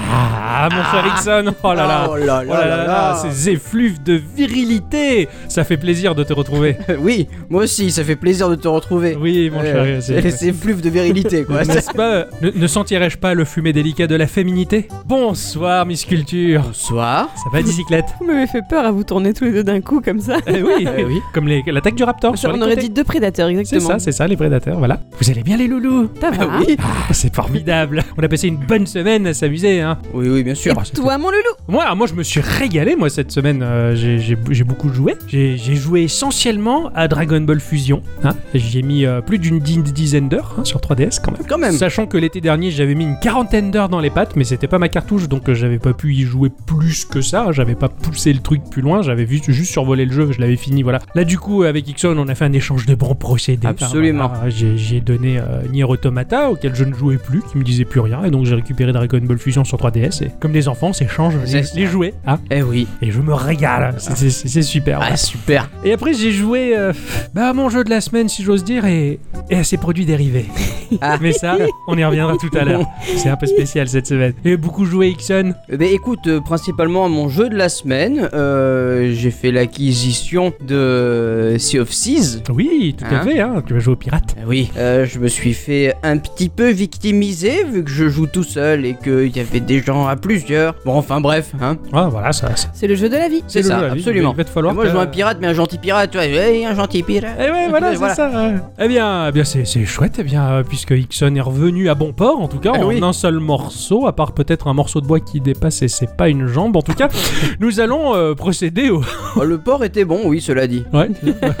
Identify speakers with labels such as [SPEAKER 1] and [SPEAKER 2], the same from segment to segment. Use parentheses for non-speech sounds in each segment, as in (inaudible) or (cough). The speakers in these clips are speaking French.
[SPEAKER 1] Ah mon cher Ixon, oh là là,
[SPEAKER 2] Oh là là là là.
[SPEAKER 1] ces effluves de virilité, ça fait plaisir de te retrouver.
[SPEAKER 2] oui, moi aussi, ça fait plaisir de te retrouver.
[SPEAKER 1] Oui mon cher,
[SPEAKER 2] Ouais,
[SPEAKER 1] c'est-
[SPEAKER 2] c'est (laughs) c'est fluf de virilité, quoi.
[SPEAKER 1] N'est-ce pas Ne, ne sentirais-je pas le fumet délicat de la féminité Bonsoir, Miss Culture
[SPEAKER 2] Bonsoir.
[SPEAKER 1] Ça va, bicyclette
[SPEAKER 3] Vous m'avez fait peur à vous tourner tous les deux d'un coup comme ça.
[SPEAKER 1] Eh oui,
[SPEAKER 2] Eh oui.
[SPEAKER 1] comme les- l'attaque du raptor. sur les
[SPEAKER 3] on aurait
[SPEAKER 1] côtés.
[SPEAKER 3] dit deux prédateurs,
[SPEAKER 1] C'est
[SPEAKER 3] exactement.
[SPEAKER 1] ça, c'est ça, les prédateurs, voilà. Vous allez bien, les loulous
[SPEAKER 3] Ça va.
[SPEAKER 2] Ah oui.
[SPEAKER 1] Ah, C'est formidable On a passé une bonne semaine à s'amuser, hein
[SPEAKER 2] oui, oui, bien sûr.
[SPEAKER 1] Ah, c'est-
[SPEAKER 3] Toi, mon loulou
[SPEAKER 1] Moi, moi, je me suis régalé, moi, cette semaine. Euh, j'ai- j'ai j'ai beaucoup joué. J'ai j'ai joué essentiellement à Dragon Ball Fusion. hein. J'y ai mis euh, plus d'une di- dizaine d'heures hein, sur 3DS, quand même.
[SPEAKER 2] Quand même.
[SPEAKER 1] Sachant que l'été dernier, j'avais mis une quarantaine d'heures dans les pattes, mais c'était pas ma cartouche, donc euh, j'avais pas pu y jouer plus que ça. J'avais pas poussé le truc plus loin, j'avais vu- juste survolé le jeu, je l'avais fini, voilà. Là, du coup, avec Ixon, on a fait un échange de bons procédés.
[SPEAKER 2] Absolument.
[SPEAKER 1] Voilà, j'ai j'ai donné euh, Nier Automata, auquel je ne jouais plus, qui me disait plus rien, et donc j'ai récupéré Dragon Ball Fusion sur 3DS, et comme des enfants, on s'échange les,
[SPEAKER 2] C'est ça.
[SPEAKER 1] les jouets, hein,
[SPEAKER 2] Eh oui.
[SPEAKER 1] et je me régale. C'est- c'est- C'est c'est super.
[SPEAKER 2] Ah, super.
[SPEAKER 1] Et après, j'ai joué euh, (laughs) bah, à mon jeu de la semaine, si j'ose dire, et, et à ses produits dérivés.
[SPEAKER 2] (laughs) Ah.
[SPEAKER 1] Mais ça, on y reviendra tout à l'heure. C'est un peu spécial cette semaine. Et beaucoup joué Ixon.
[SPEAKER 2] Eh ben, écoute, euh, principalement à mon jeu de la semaine, euh, j'ai fait l'acquisition de euh, Sea of Seas.
[SPEAKER 1] Oui, tout à
[SPEAKER 2] Hein
[SPEAKER 1] fait. Hein, tu vas jouer au pirate.
[SPEAKER 2] Eh Oui, Euh, je me suis fait un petit peu victimiser vu que je joue tout seul et qu'il y avait des gens à plusieurs. Bon, enfin bref, hein.
[SPEAKER 1] Ah, voilà, ça. ça-
[SPEAKER 3] C'est le jeu de la vie.
[SPEAKER 2] C'est
[SPEAKER 1] le
[SPEAKER 2] ça,
[SPEAKER 1] jeu, la vie.
[SPEAKER 2] absolument.
[SPEAKER 1] Il va te falloir.
[SPEAKER 2] Et moi, je
[SPEAKER 1] que-
[SPEAKER 2] joue un pirate, mais un gentil pirate, tu vois. Eh, un gentil pirate.
[SPEAKER 1] Eh ouais, voilà, c'est
[SPEAKER 2] Voilà.
[SPEAKER 1] ça. ouais. Eh bien, eh bien c'est c'est chouette, eh bien, euh, puisque Ixon est revenu à bon port, en tout cas,
[SPEAKER 2] Eh
[SPEAKER 1] en
[SPEAKER 2] oui.
[SPEAKER 1] un seul morceau, à part peut-être un morceau de bois qui dépasse et c'est pas une jambe. En tout
[SPEAKER 2] (laughs)
[SPEAKER 1] cas, nous allons euh, procéder au.
[SPEAKER 2] Oh, le porc était bon, oui, cela dit.
[SPEAKER 1] (laughs) Ouais,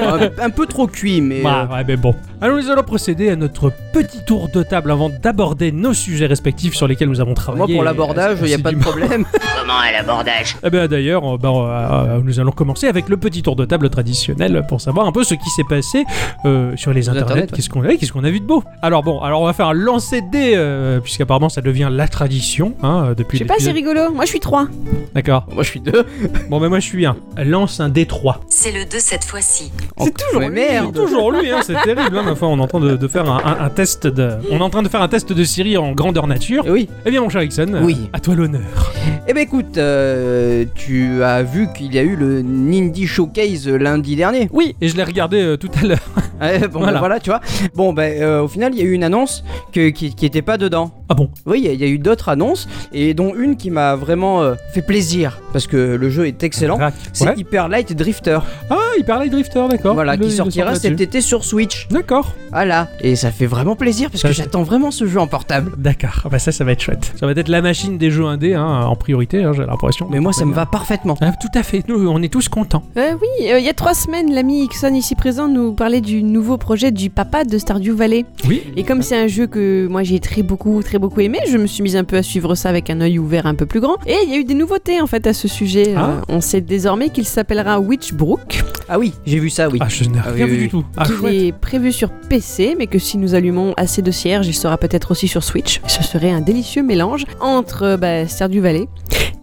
[SPEAKER 2] un, un peu trop cuit, mais. euh,
[SPEAKER 1] Bah, ouais, mais bon. Alors nous allons procéder à notre petit tour de table avant d'aborder nos sujets respectifs sur lesquels nous avons
[SPEAKER 2] euh,
[SPEAKER 1] travaillé.
[SPEAKER 2] moi, pour l'abordage, il n'y a pas de
[SPEAKER 1] (laughs)
[SPEAKER 2] problème.
[SPEAKER 4] Comment est l'abordage
[SPEAKER 1] Eh ben d'ailleurs, euh, ben, euh, euh, nous allons commencer avec le petit tour de table traditionnel pour savoir un peu ce qui s'est passé euh, sur les
[SPEAKER 2] Sur
[SPEAKER 1] internets.
[SPEAKER 2] Internet, ouais.
[SPEAKER 1] Qu'est-ce qu'on a, qu'est-ce qu'on a vu de beau Alors bon, alors on va faire un lancer de dés euh, puisqu'apparemment ça devient la tradition hein, euh,
[SPEAKER 3] Je
[SPEAKER 1] depuis.
[SPEAKER 3] sais pas, c'est
[SPEAKER 1] l'épisode-
[SPEAKER 3] rigolo. Moi, je suis 3.
[SPEAKER 1] D'accord.
[SPEAKER 2] moi, je suis deux.
[SPEAKER 1] Bon, ben moi je suis un. Lance un d 3
[SPEAKER 4] C'est le 2 cette fois-ci.
[SPEAKER 2] C'est toujours mais merde.
[SPEAKER 1] Toujours
[SPEAKER 2] (laughs)
[SPEAKER 1] lui, hein, c'est terrible. Hein, mais enfin, on est en train de, de faire un, un- un test de, on est en train de faire un test de Siri en grandeur nature.
[SPEAKER 2] Eh Oui.
[SPEAKER 1] Eh bien, mon cher Ixon, euh,
[SPEAKER 2] Oui.
[SPEAKER 1] à toi l'honneur.
[SPEAKER 2] Eh ben écoute, euh, tu as vu qu'il y a eu le Nindy Showcase euh, lundi dernier.
[SPEAKER 1] Oui, et je l'ai regardé euh, tout à l'heure.
[SPEAKER 2] Eh, bon, ben,
[SPEAKER 1] Voilà.
[SPEAKER 2] voilà. tu vois. Bon, ben euh, au final, il y a eu une annonce que- qui n'était pas dedans.
[SPEAKER 1] Ah bon
[SPEAKER 2] Oui, il y a- il y, a eu d'autres annonces, et dont une qui m'a vraiment euh, fait plaisir, parce que le jeu est excellent.
[SPEAKER 1] Rack.
[SPEAKER 2] C'est
[SPEAKER 1] Ah, Ouais.
[SPEAKER 2] Hyper Light Drifter,
[SPEAKER 1] Ah, Hyper Light Drifter, d'accord.
[SPEAKER 2] voilà,
[SPEAKER 1] Il-
[SPEAKER 2] qui
[SPEAKER 1] il
[SPEAKER 2] sortira
[SPEAKER 1] sort
[SPEAKER 2] cet
[SPEAKER 1] là-dessus.
[SPEAKER 2] été sur Switch.
[SPEAKER 1] D'accord,
[SPEAKER 2] Voilà, et ça fait vraiment plaisir parce
[SPEAKER 1] Ça,
[SPEAKER 2] que
[SPEAKER 1] c'est-
[SPEAKER 2] j'attends vraiment ce jeu en portable.
[SPEAKER 1] d'accord. Ah bah ça, ça va être chouette. Ça va être la machine des jeux indés, hein, en priorité, hein, j'ai l'impression.
[SPEAKER 2] Mais moi, ça me va parfaitement.
[SPEAKER 1] Ah, tout à fait, nous on est tous contents.
[SPEAKER 3] Euh, oui, euh, il y a trois semaines, l'ami Ixon ici présent nous parlait du nouveau projet du papa de Stardew Valley.
[SPEAKER 1] Oui.
[SPEAKER 3] Et comme c'est un jeu que moi j'ai très beaucoup, très beaucoup aimé, je me suis mise un peu à suivre ça avec un œil ouvert un peu plus grand. Et il y a eu des nouveautés en fait à ce sujet.
[SPEAKER 1] Ah.
[SPEAKER 3] Euh, on sait désormais qu'il s'appellera Witchbrook,
[SPEAKER 2] Ah oui, j'ai vu ça, oui.
[SPEAKER 1] Ah, je n'ai
[SPEAKER 2] Ah,
[SPEAKER 1] rien
[SPEAKER 2] oui,
[SPEAKER 1] vu
[SPEAKER 2] oui,
[SPEAKER 1] du
[SPEAKER 2] oui.
[SPEAKER 1] tout. Ah,
[SPEAKER 3] qui
[SPEAKER 1] chouette.
[SPEAKER 3] est prévu sur PC, mais que si nous allumons assez de cierges, il sera peut-être aussi sur Switch. Ce serait un délicieux mélange entre euh, bah, Stardew Valley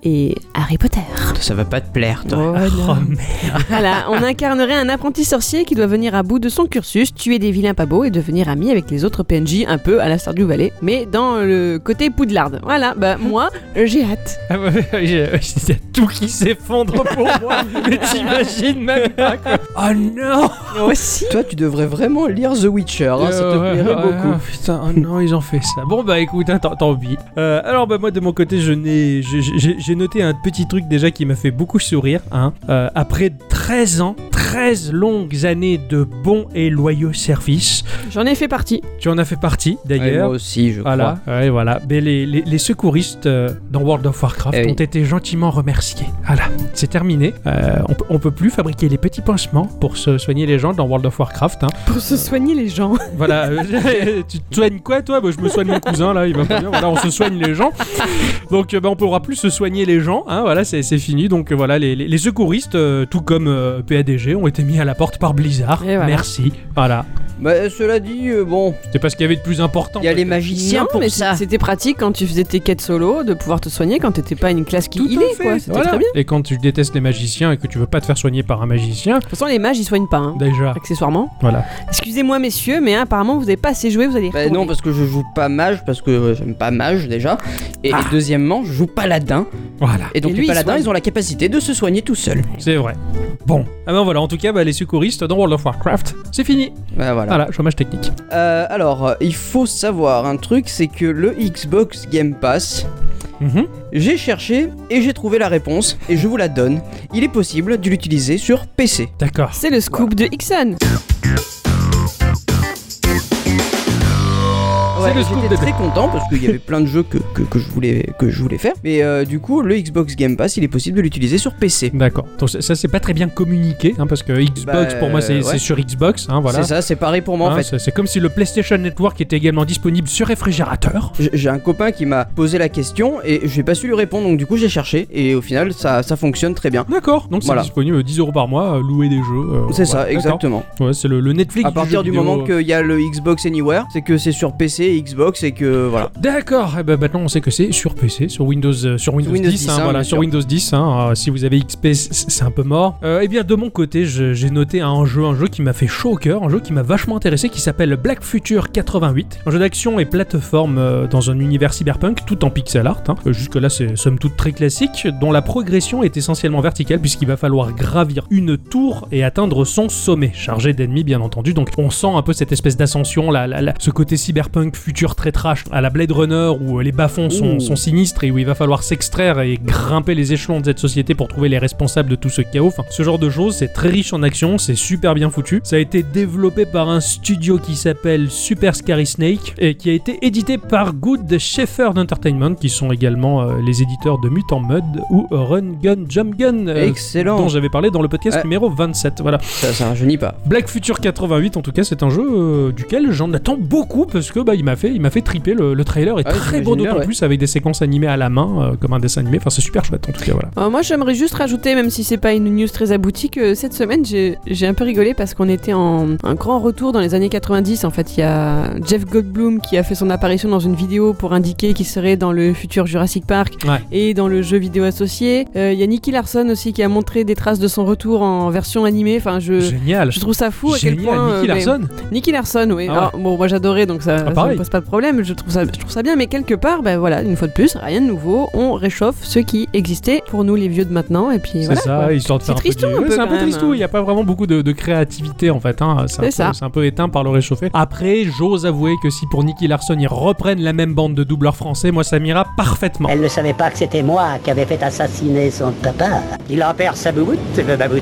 [SPEAKER 3] et Harry Potter.
[SPEAKER 2] Ça va pas te plaire, toi.
[SPEAKER 3] Oh,
[SPEAKER 1] Oh, merde.
[SPEAKER 3] Voilà, on incarnerait un apprenti sorcier qui doit venir à bout de son cursus, tuer des vilains pas beaux et devenir ami avec les autres PNJ, un peu à la Stardew Valley, mais dans le côté Poudlard. Voilà, bah moi, euh, j'ai hâte.
[SPEAKER 1] Ah, ouais, (laughs) j'ai- j'ai tout qui s'effondre pour (laughs) moi. Mais t'imagines même pas quoi. Oh non
[SPEAKER 3] Moi aussi.
[SPEAKER 2] Toi, tu devrais vraiment lire The Witcher, hein, ça
[SPEAKER 1] Euh,
[SPEAKER 2] te
[SPEAKER 1] ouais,
[SPEAKER 2] plairait
[SPEAKER 1] ouais,
[SPEAKER 2] beaucoup.
[SPEAKER 1] ouais, putain, oh non, ils ont fait ça. Bon, bah écoute, hein, tant, tant pis. Euh, alors, bah moi, de mon côté, je n'ai, j'ai- j'ai j'ai noté un petit truc déjà qui m'a fait beaucoup sourire. Hein. Euh, après 13 ans, 13 longues années de bons et loyaux services,
[SPEAKER 3] J'en ai fait partie.
[SPEAKER 1] tu en as fait partie
[SPEAKER 2] Ouais,
[SPEAKER 1] d'ailleurs.
[SPEAKER 2] moi aussi, je
[SPEAKER 1] voilà,
[SPEAKER 2] crois.
[SPEAKER 1] ouais, voilà. Mais les, les- les secouristes euh, dans World of Warcraft
[SPEAKER 2] Eh oui.
[SPEAKER 1] ont été gentiment remerciés. Voilà, c'est terminé. Euh, on, peut- on peut plus fabriquer les petits pansements pour se soigner les gens dans World of Warcraft. hein.
[SPEAKER 3] Pour se soigner les gens.
[SPEAKER 1] Voilà, euh, (laughs) tu te soignes quoi toi Bah, Je me soigne mon cousin là, il va pas bien. Voilà, on se soigne les gens. Donc euh, bah, on pourra plus se soigner les gens. hein, voilà, c'est c'est fini. Donc euh, voilà, les, les- les secouristes, euh, tout comme euh, PADG, ont été mis à la porte par Blizzard.
[SPEAKER 3] Et voilà.
[SPEAKER 1] Merci. Voilà.
[SPEAKER 2] Bah, cela dit, euh, bon,
[SPEAKER 1] C'était pas ce qu'il y avait de plus important.
[SPEAKER 2] il y a les magiciens
[SPEAKER 3] Non,
[SPEAKER 2] pour
[SPEAKER 3] mais
[SPEAKER 2] ça.
[SPEAKER 3] c- c'était pratique quand tu faisais tes quêtes solo de pouvoir te soigner quand t'étais pas une classe qui
[SPEAKER 1] Tout à
[SPEAKER 3] healait,
[SPEAKER 1] fait.
[SPEAKER 3] quoi. C'était
[SPEAKER 1] Voilà.
[SPEAKER 3] très bien.
[SPEAKER 1] Et quand tu détestes les magiciens et que tu veux pas te faire soigner par un magicien,
[SPEAKER 3] De toute façon, les mages, ils soignent pas, hein,
[SPEAKER 1] déjà.
[SPEAKER 3] accessoirement.
[SPEAKER 1] Voilà.
[SPEAKER 3] Excusez-moi, messieurs, mais hein, apparemment, vous avez pas assez joué, vous allez. y
[SPEAKER 2] Bah
[SPEAKER 3] retourner.
[SPEAKER 2] non, parce que je joue pas mage, parce que euh, j'aime pas mage déjà. Et, et
[SPEAKER 1] Ah.
[SPEAKER 2] deuxièmement, je joue paladin.
[SPEAKER 1] Voilà.
[SPEAKER 2] Et donc
[SPEAKER 3] Et lui,
[SPEAKER 2] les
[SPEAKER 3] il
[SPEAKER 2] paladins,
[SPEAKER 3] soigne.
[SPEAKER 2] ils ont la capacité de se soigner tout seuls.
[SPEAKER 1] C'est vrai. Bon. Ah ben voilà, en tout cas, bah, les secouristes dans World of Warcraft, c'est fini.
[SPEAKER 2] Bah, voilà.
[SPEAKER 1] Voilà, chômage technique.
[SPEAKER 2] Euh, alors, euh, il faut savoir un truc, c'est que le Xbox Game Pass,
[SPEAKER 1] Mhm.
[SPEAKER 2] j'ai cherché et j'ai trouvé la réponse, et je vous la donne. Il est possible de l'utiliser sur PC.
[SPEAKER 1] D'accord.
[SPEAKER 3] C'est le scoop de Ixon.
[SPEAKER 1] le scoop
[SPEAKER 2] j'étais
[SPEAKER 1] de-
[SPEAKER 2] très content parce qu'il y avait plein de jeux que, que, que je, voulais, que je voulais faire. Mais euh, du coup, le Xbox Game Pass, il est possible de l'utiliser sur PC.
[SPEAKER 1] D'accord. Donc ça, ça, c'est pas très bien communiqué, hein, parce que Xbox,
[SPEAKER 2] Bah,
[SPEAKER 1] pour moi, c'est
[SPEAKER 2] ouais.
[SPEAKER 1] c'est sur Xbox. Hein, voilà.
[SPEAKER 2] C'est ça, c'est pareil pour moi en
[SPEAKER 1] Hein,
[SPEAKER 2] fait.
[SPEAKER 1] c'est- C'est comme si le PlayStation Network était également disponible sur réfrigérateur.
[SPEAKER 2] J- J'ai un copain qui m'a posé la question et j'ai pas su lui répondre donc du coup j'ai cherché et au final ça, ça fonctionne très bien.
[SPEAKER 1] D'accord. Donc c'est
[SPEAKER 2] Voilà.
[SPEAKER 1] disponible 10 euros par mois, euh, louer des jeux. euh,
[SPEAKER 2] C'est
[SPEAKER 1] voilà.
[SPEAKER 2] ça,
[SPEAKER 1] D'accord.
[SPEAKER 2] exactement.
[SPEAKER 1] Ouais, c'est le, le Netflix.
[SPEAKER 2] À partir
[SPEAKER 1] jeu
[SPEAKER 2] du
[SPEAKER 1] vidéo. euh,
[SPEAKER 2] moment qu'il y a le Xbox Anywhere, c'est que c'est sur PC et Xbox et que voilà.
[SPEAKER 1] D'accord, eh ben, maintenant on sait que c'est sur PC, sur Windows, euh, sur Windows,
[SPEAKER 2] Windows
[SPEAKER 1] 10,
[SPEAKER 2] 10,
[SPEAKER 1] hein,
[SPEAKER 2] hein,
[SPEAKER 1] voilà,
[SPEAKER 2] bien
[SPEAKER 1] sur
[SPEAKER 2] sûr.
[SPEAKER 1] Windows 10. hein, euh, si vous avez XP, c- c'est un peu mort. Euh, eh bien, de mon côté, je- j'ai noté un jeu, un jeu qui m'a fait chaud au cœur, un jeu qui m'a vachement intéressé, qui s'appelle Black Future 88, un jeu d'action et plateforme euh, dans un univers cyberpunk, tout en pixel art. hein. Euh, Jusque là, c'est somme toute très classique, dont la progression est essentiellement verticale puisqu'il va falloir gravir une tour et atteindre son sommet, chargé d'ennemis bien entendu. Donc, on sent un peu cette espèce d'ascension, là, là, là, ce côté cyberpunk futur très trash à la Blade Runner où euh, les bas-fonds sont,
[SPEAKER 2] Ouh.
[SPEAKER 1] sont sinistres et où il va falloir s'extraire et grimper les échelons de cette société pour trouver les responsables de tout ce chaos. Enfin, ce genre de choses, c'est très riche en action, c'est super bien foutu. Ça a été développé par un studio qui s'appelle Super Scary Snake et qui a été édité par Good Shepherd Entertainment, qui sont également euh, les éditeurs de Mutant Mud ou Run Gun Jump Gun. euh, dont
[SPEAKER 2] Excellent.
[SPEAKER 1] j'avais parlé dans le podcast
[SPEAKER 2] Ouais.
[SPEAKER 1] numéro 27. Voilà.
[SPEAKER 2] Ça, ça rajeunit pas.
[SPEAKER 1] Black Future 88, en tout cas, c'est un jeu euh, duquel j'en attends beaucoup parce que bah, il m'a fait, il m'a fait triper. Le, le trailer est
[SPEAKER 2] Ah ouais,
[SPEAKER 1] très beau,
[SPEAKER 2] j'imagine bien,
[SPEAKER 1] d'autant
[SPEAKER 2] ouais.
[SPEAKER 1] plus avec des séquences animées à la main, euh, comme un dessin animé. Enfin, c'est super chouette, en tout cas, voilà.
[SPEAKER 3] Euh, moi, j'aimerais juste rajouter, même si c'est pas une news très aboutie, que cette semaine, j'ai j'ai un peu rigolé parce qu'on était en un grand retour dans les années 90. En fait, il y a Jeff Goldblum qui a fait son apparition dans une vidéo pour indiquer qu'il serait dans le futur Jurassic Park
[SPEAKER 1] Ouais.
[SPEAKER 3] et dans le jeu vidéo associé. Euh, Il y a Nicky Larson aussi qui a montré des traces de son retour en version animée. Enfin, je.
[SPEAKER 1] Génial.
[SPEAKER 3] Je trouve ça fou à quel
[SPEAKER 1] Génial,
[SPEAKER 3] point.
[SPEAKER 1] Nicky
[SPEAKER 3] euh, mais-
[SPEAKER 1] Larson.
[SPEAKER 3] Nicky Larson, oui.
[SPEAKER 1] Ah
[SPEAKER 3] Alors, bon, moi j'adorais, donc ça, ça me
[SPEAKER 1] pareil.
[SPEAKER 3] pose pas de problème. Je trouve ça, je trouve ça bien, mais quelque part, ben voilà, une fois de plus, rien de nouveau. On réchauffe ce qui existait pour nous, les vieux de maintenant, et puis
[SPEAKER 1] C'est
[SPEAKER 3] voilà.
[SPEAKER 1] ça,
[SPEAKER 3] quoi.
[SPEAKER 1] histoire de
[SPEAKER 3] C'est
[SPEAKER 1] faire un peu
[SPEAKER 3] tristou,
[SPEAKER 1] du-
[SPEAKER 3] un
[SPEAKER 1] Ouais,
[SPEAKER 3] peu,
[SPEAKER 1] C'est un
[SPEAKER 3] quand
[SPEAKER 1] peu
[SPEAKER 3] même,
[SPEAKER 1] tristou,
[SPEAKER 3] hein.
[SPEAKER 1] il n'y a pas vraiment beaucoup de, de créativité en fait. hein. C'est un,
[SPEAKER 3] C'est
[SPEAKER 1] peu-
[SPEAKER 3] ça.
[SPEAKER 1] c'est un peu éteint par le réchauffé. Après, j'ose avouer que si pour Nicky Larson ils reprennent la même bande de doubleurs français, moi ça m'ira parfaitement.
[SPEAKER 5] Elle ne savait pas que c'était moi qui avait fait assassiner son papa. Il en perd sa bouboute, le baboute.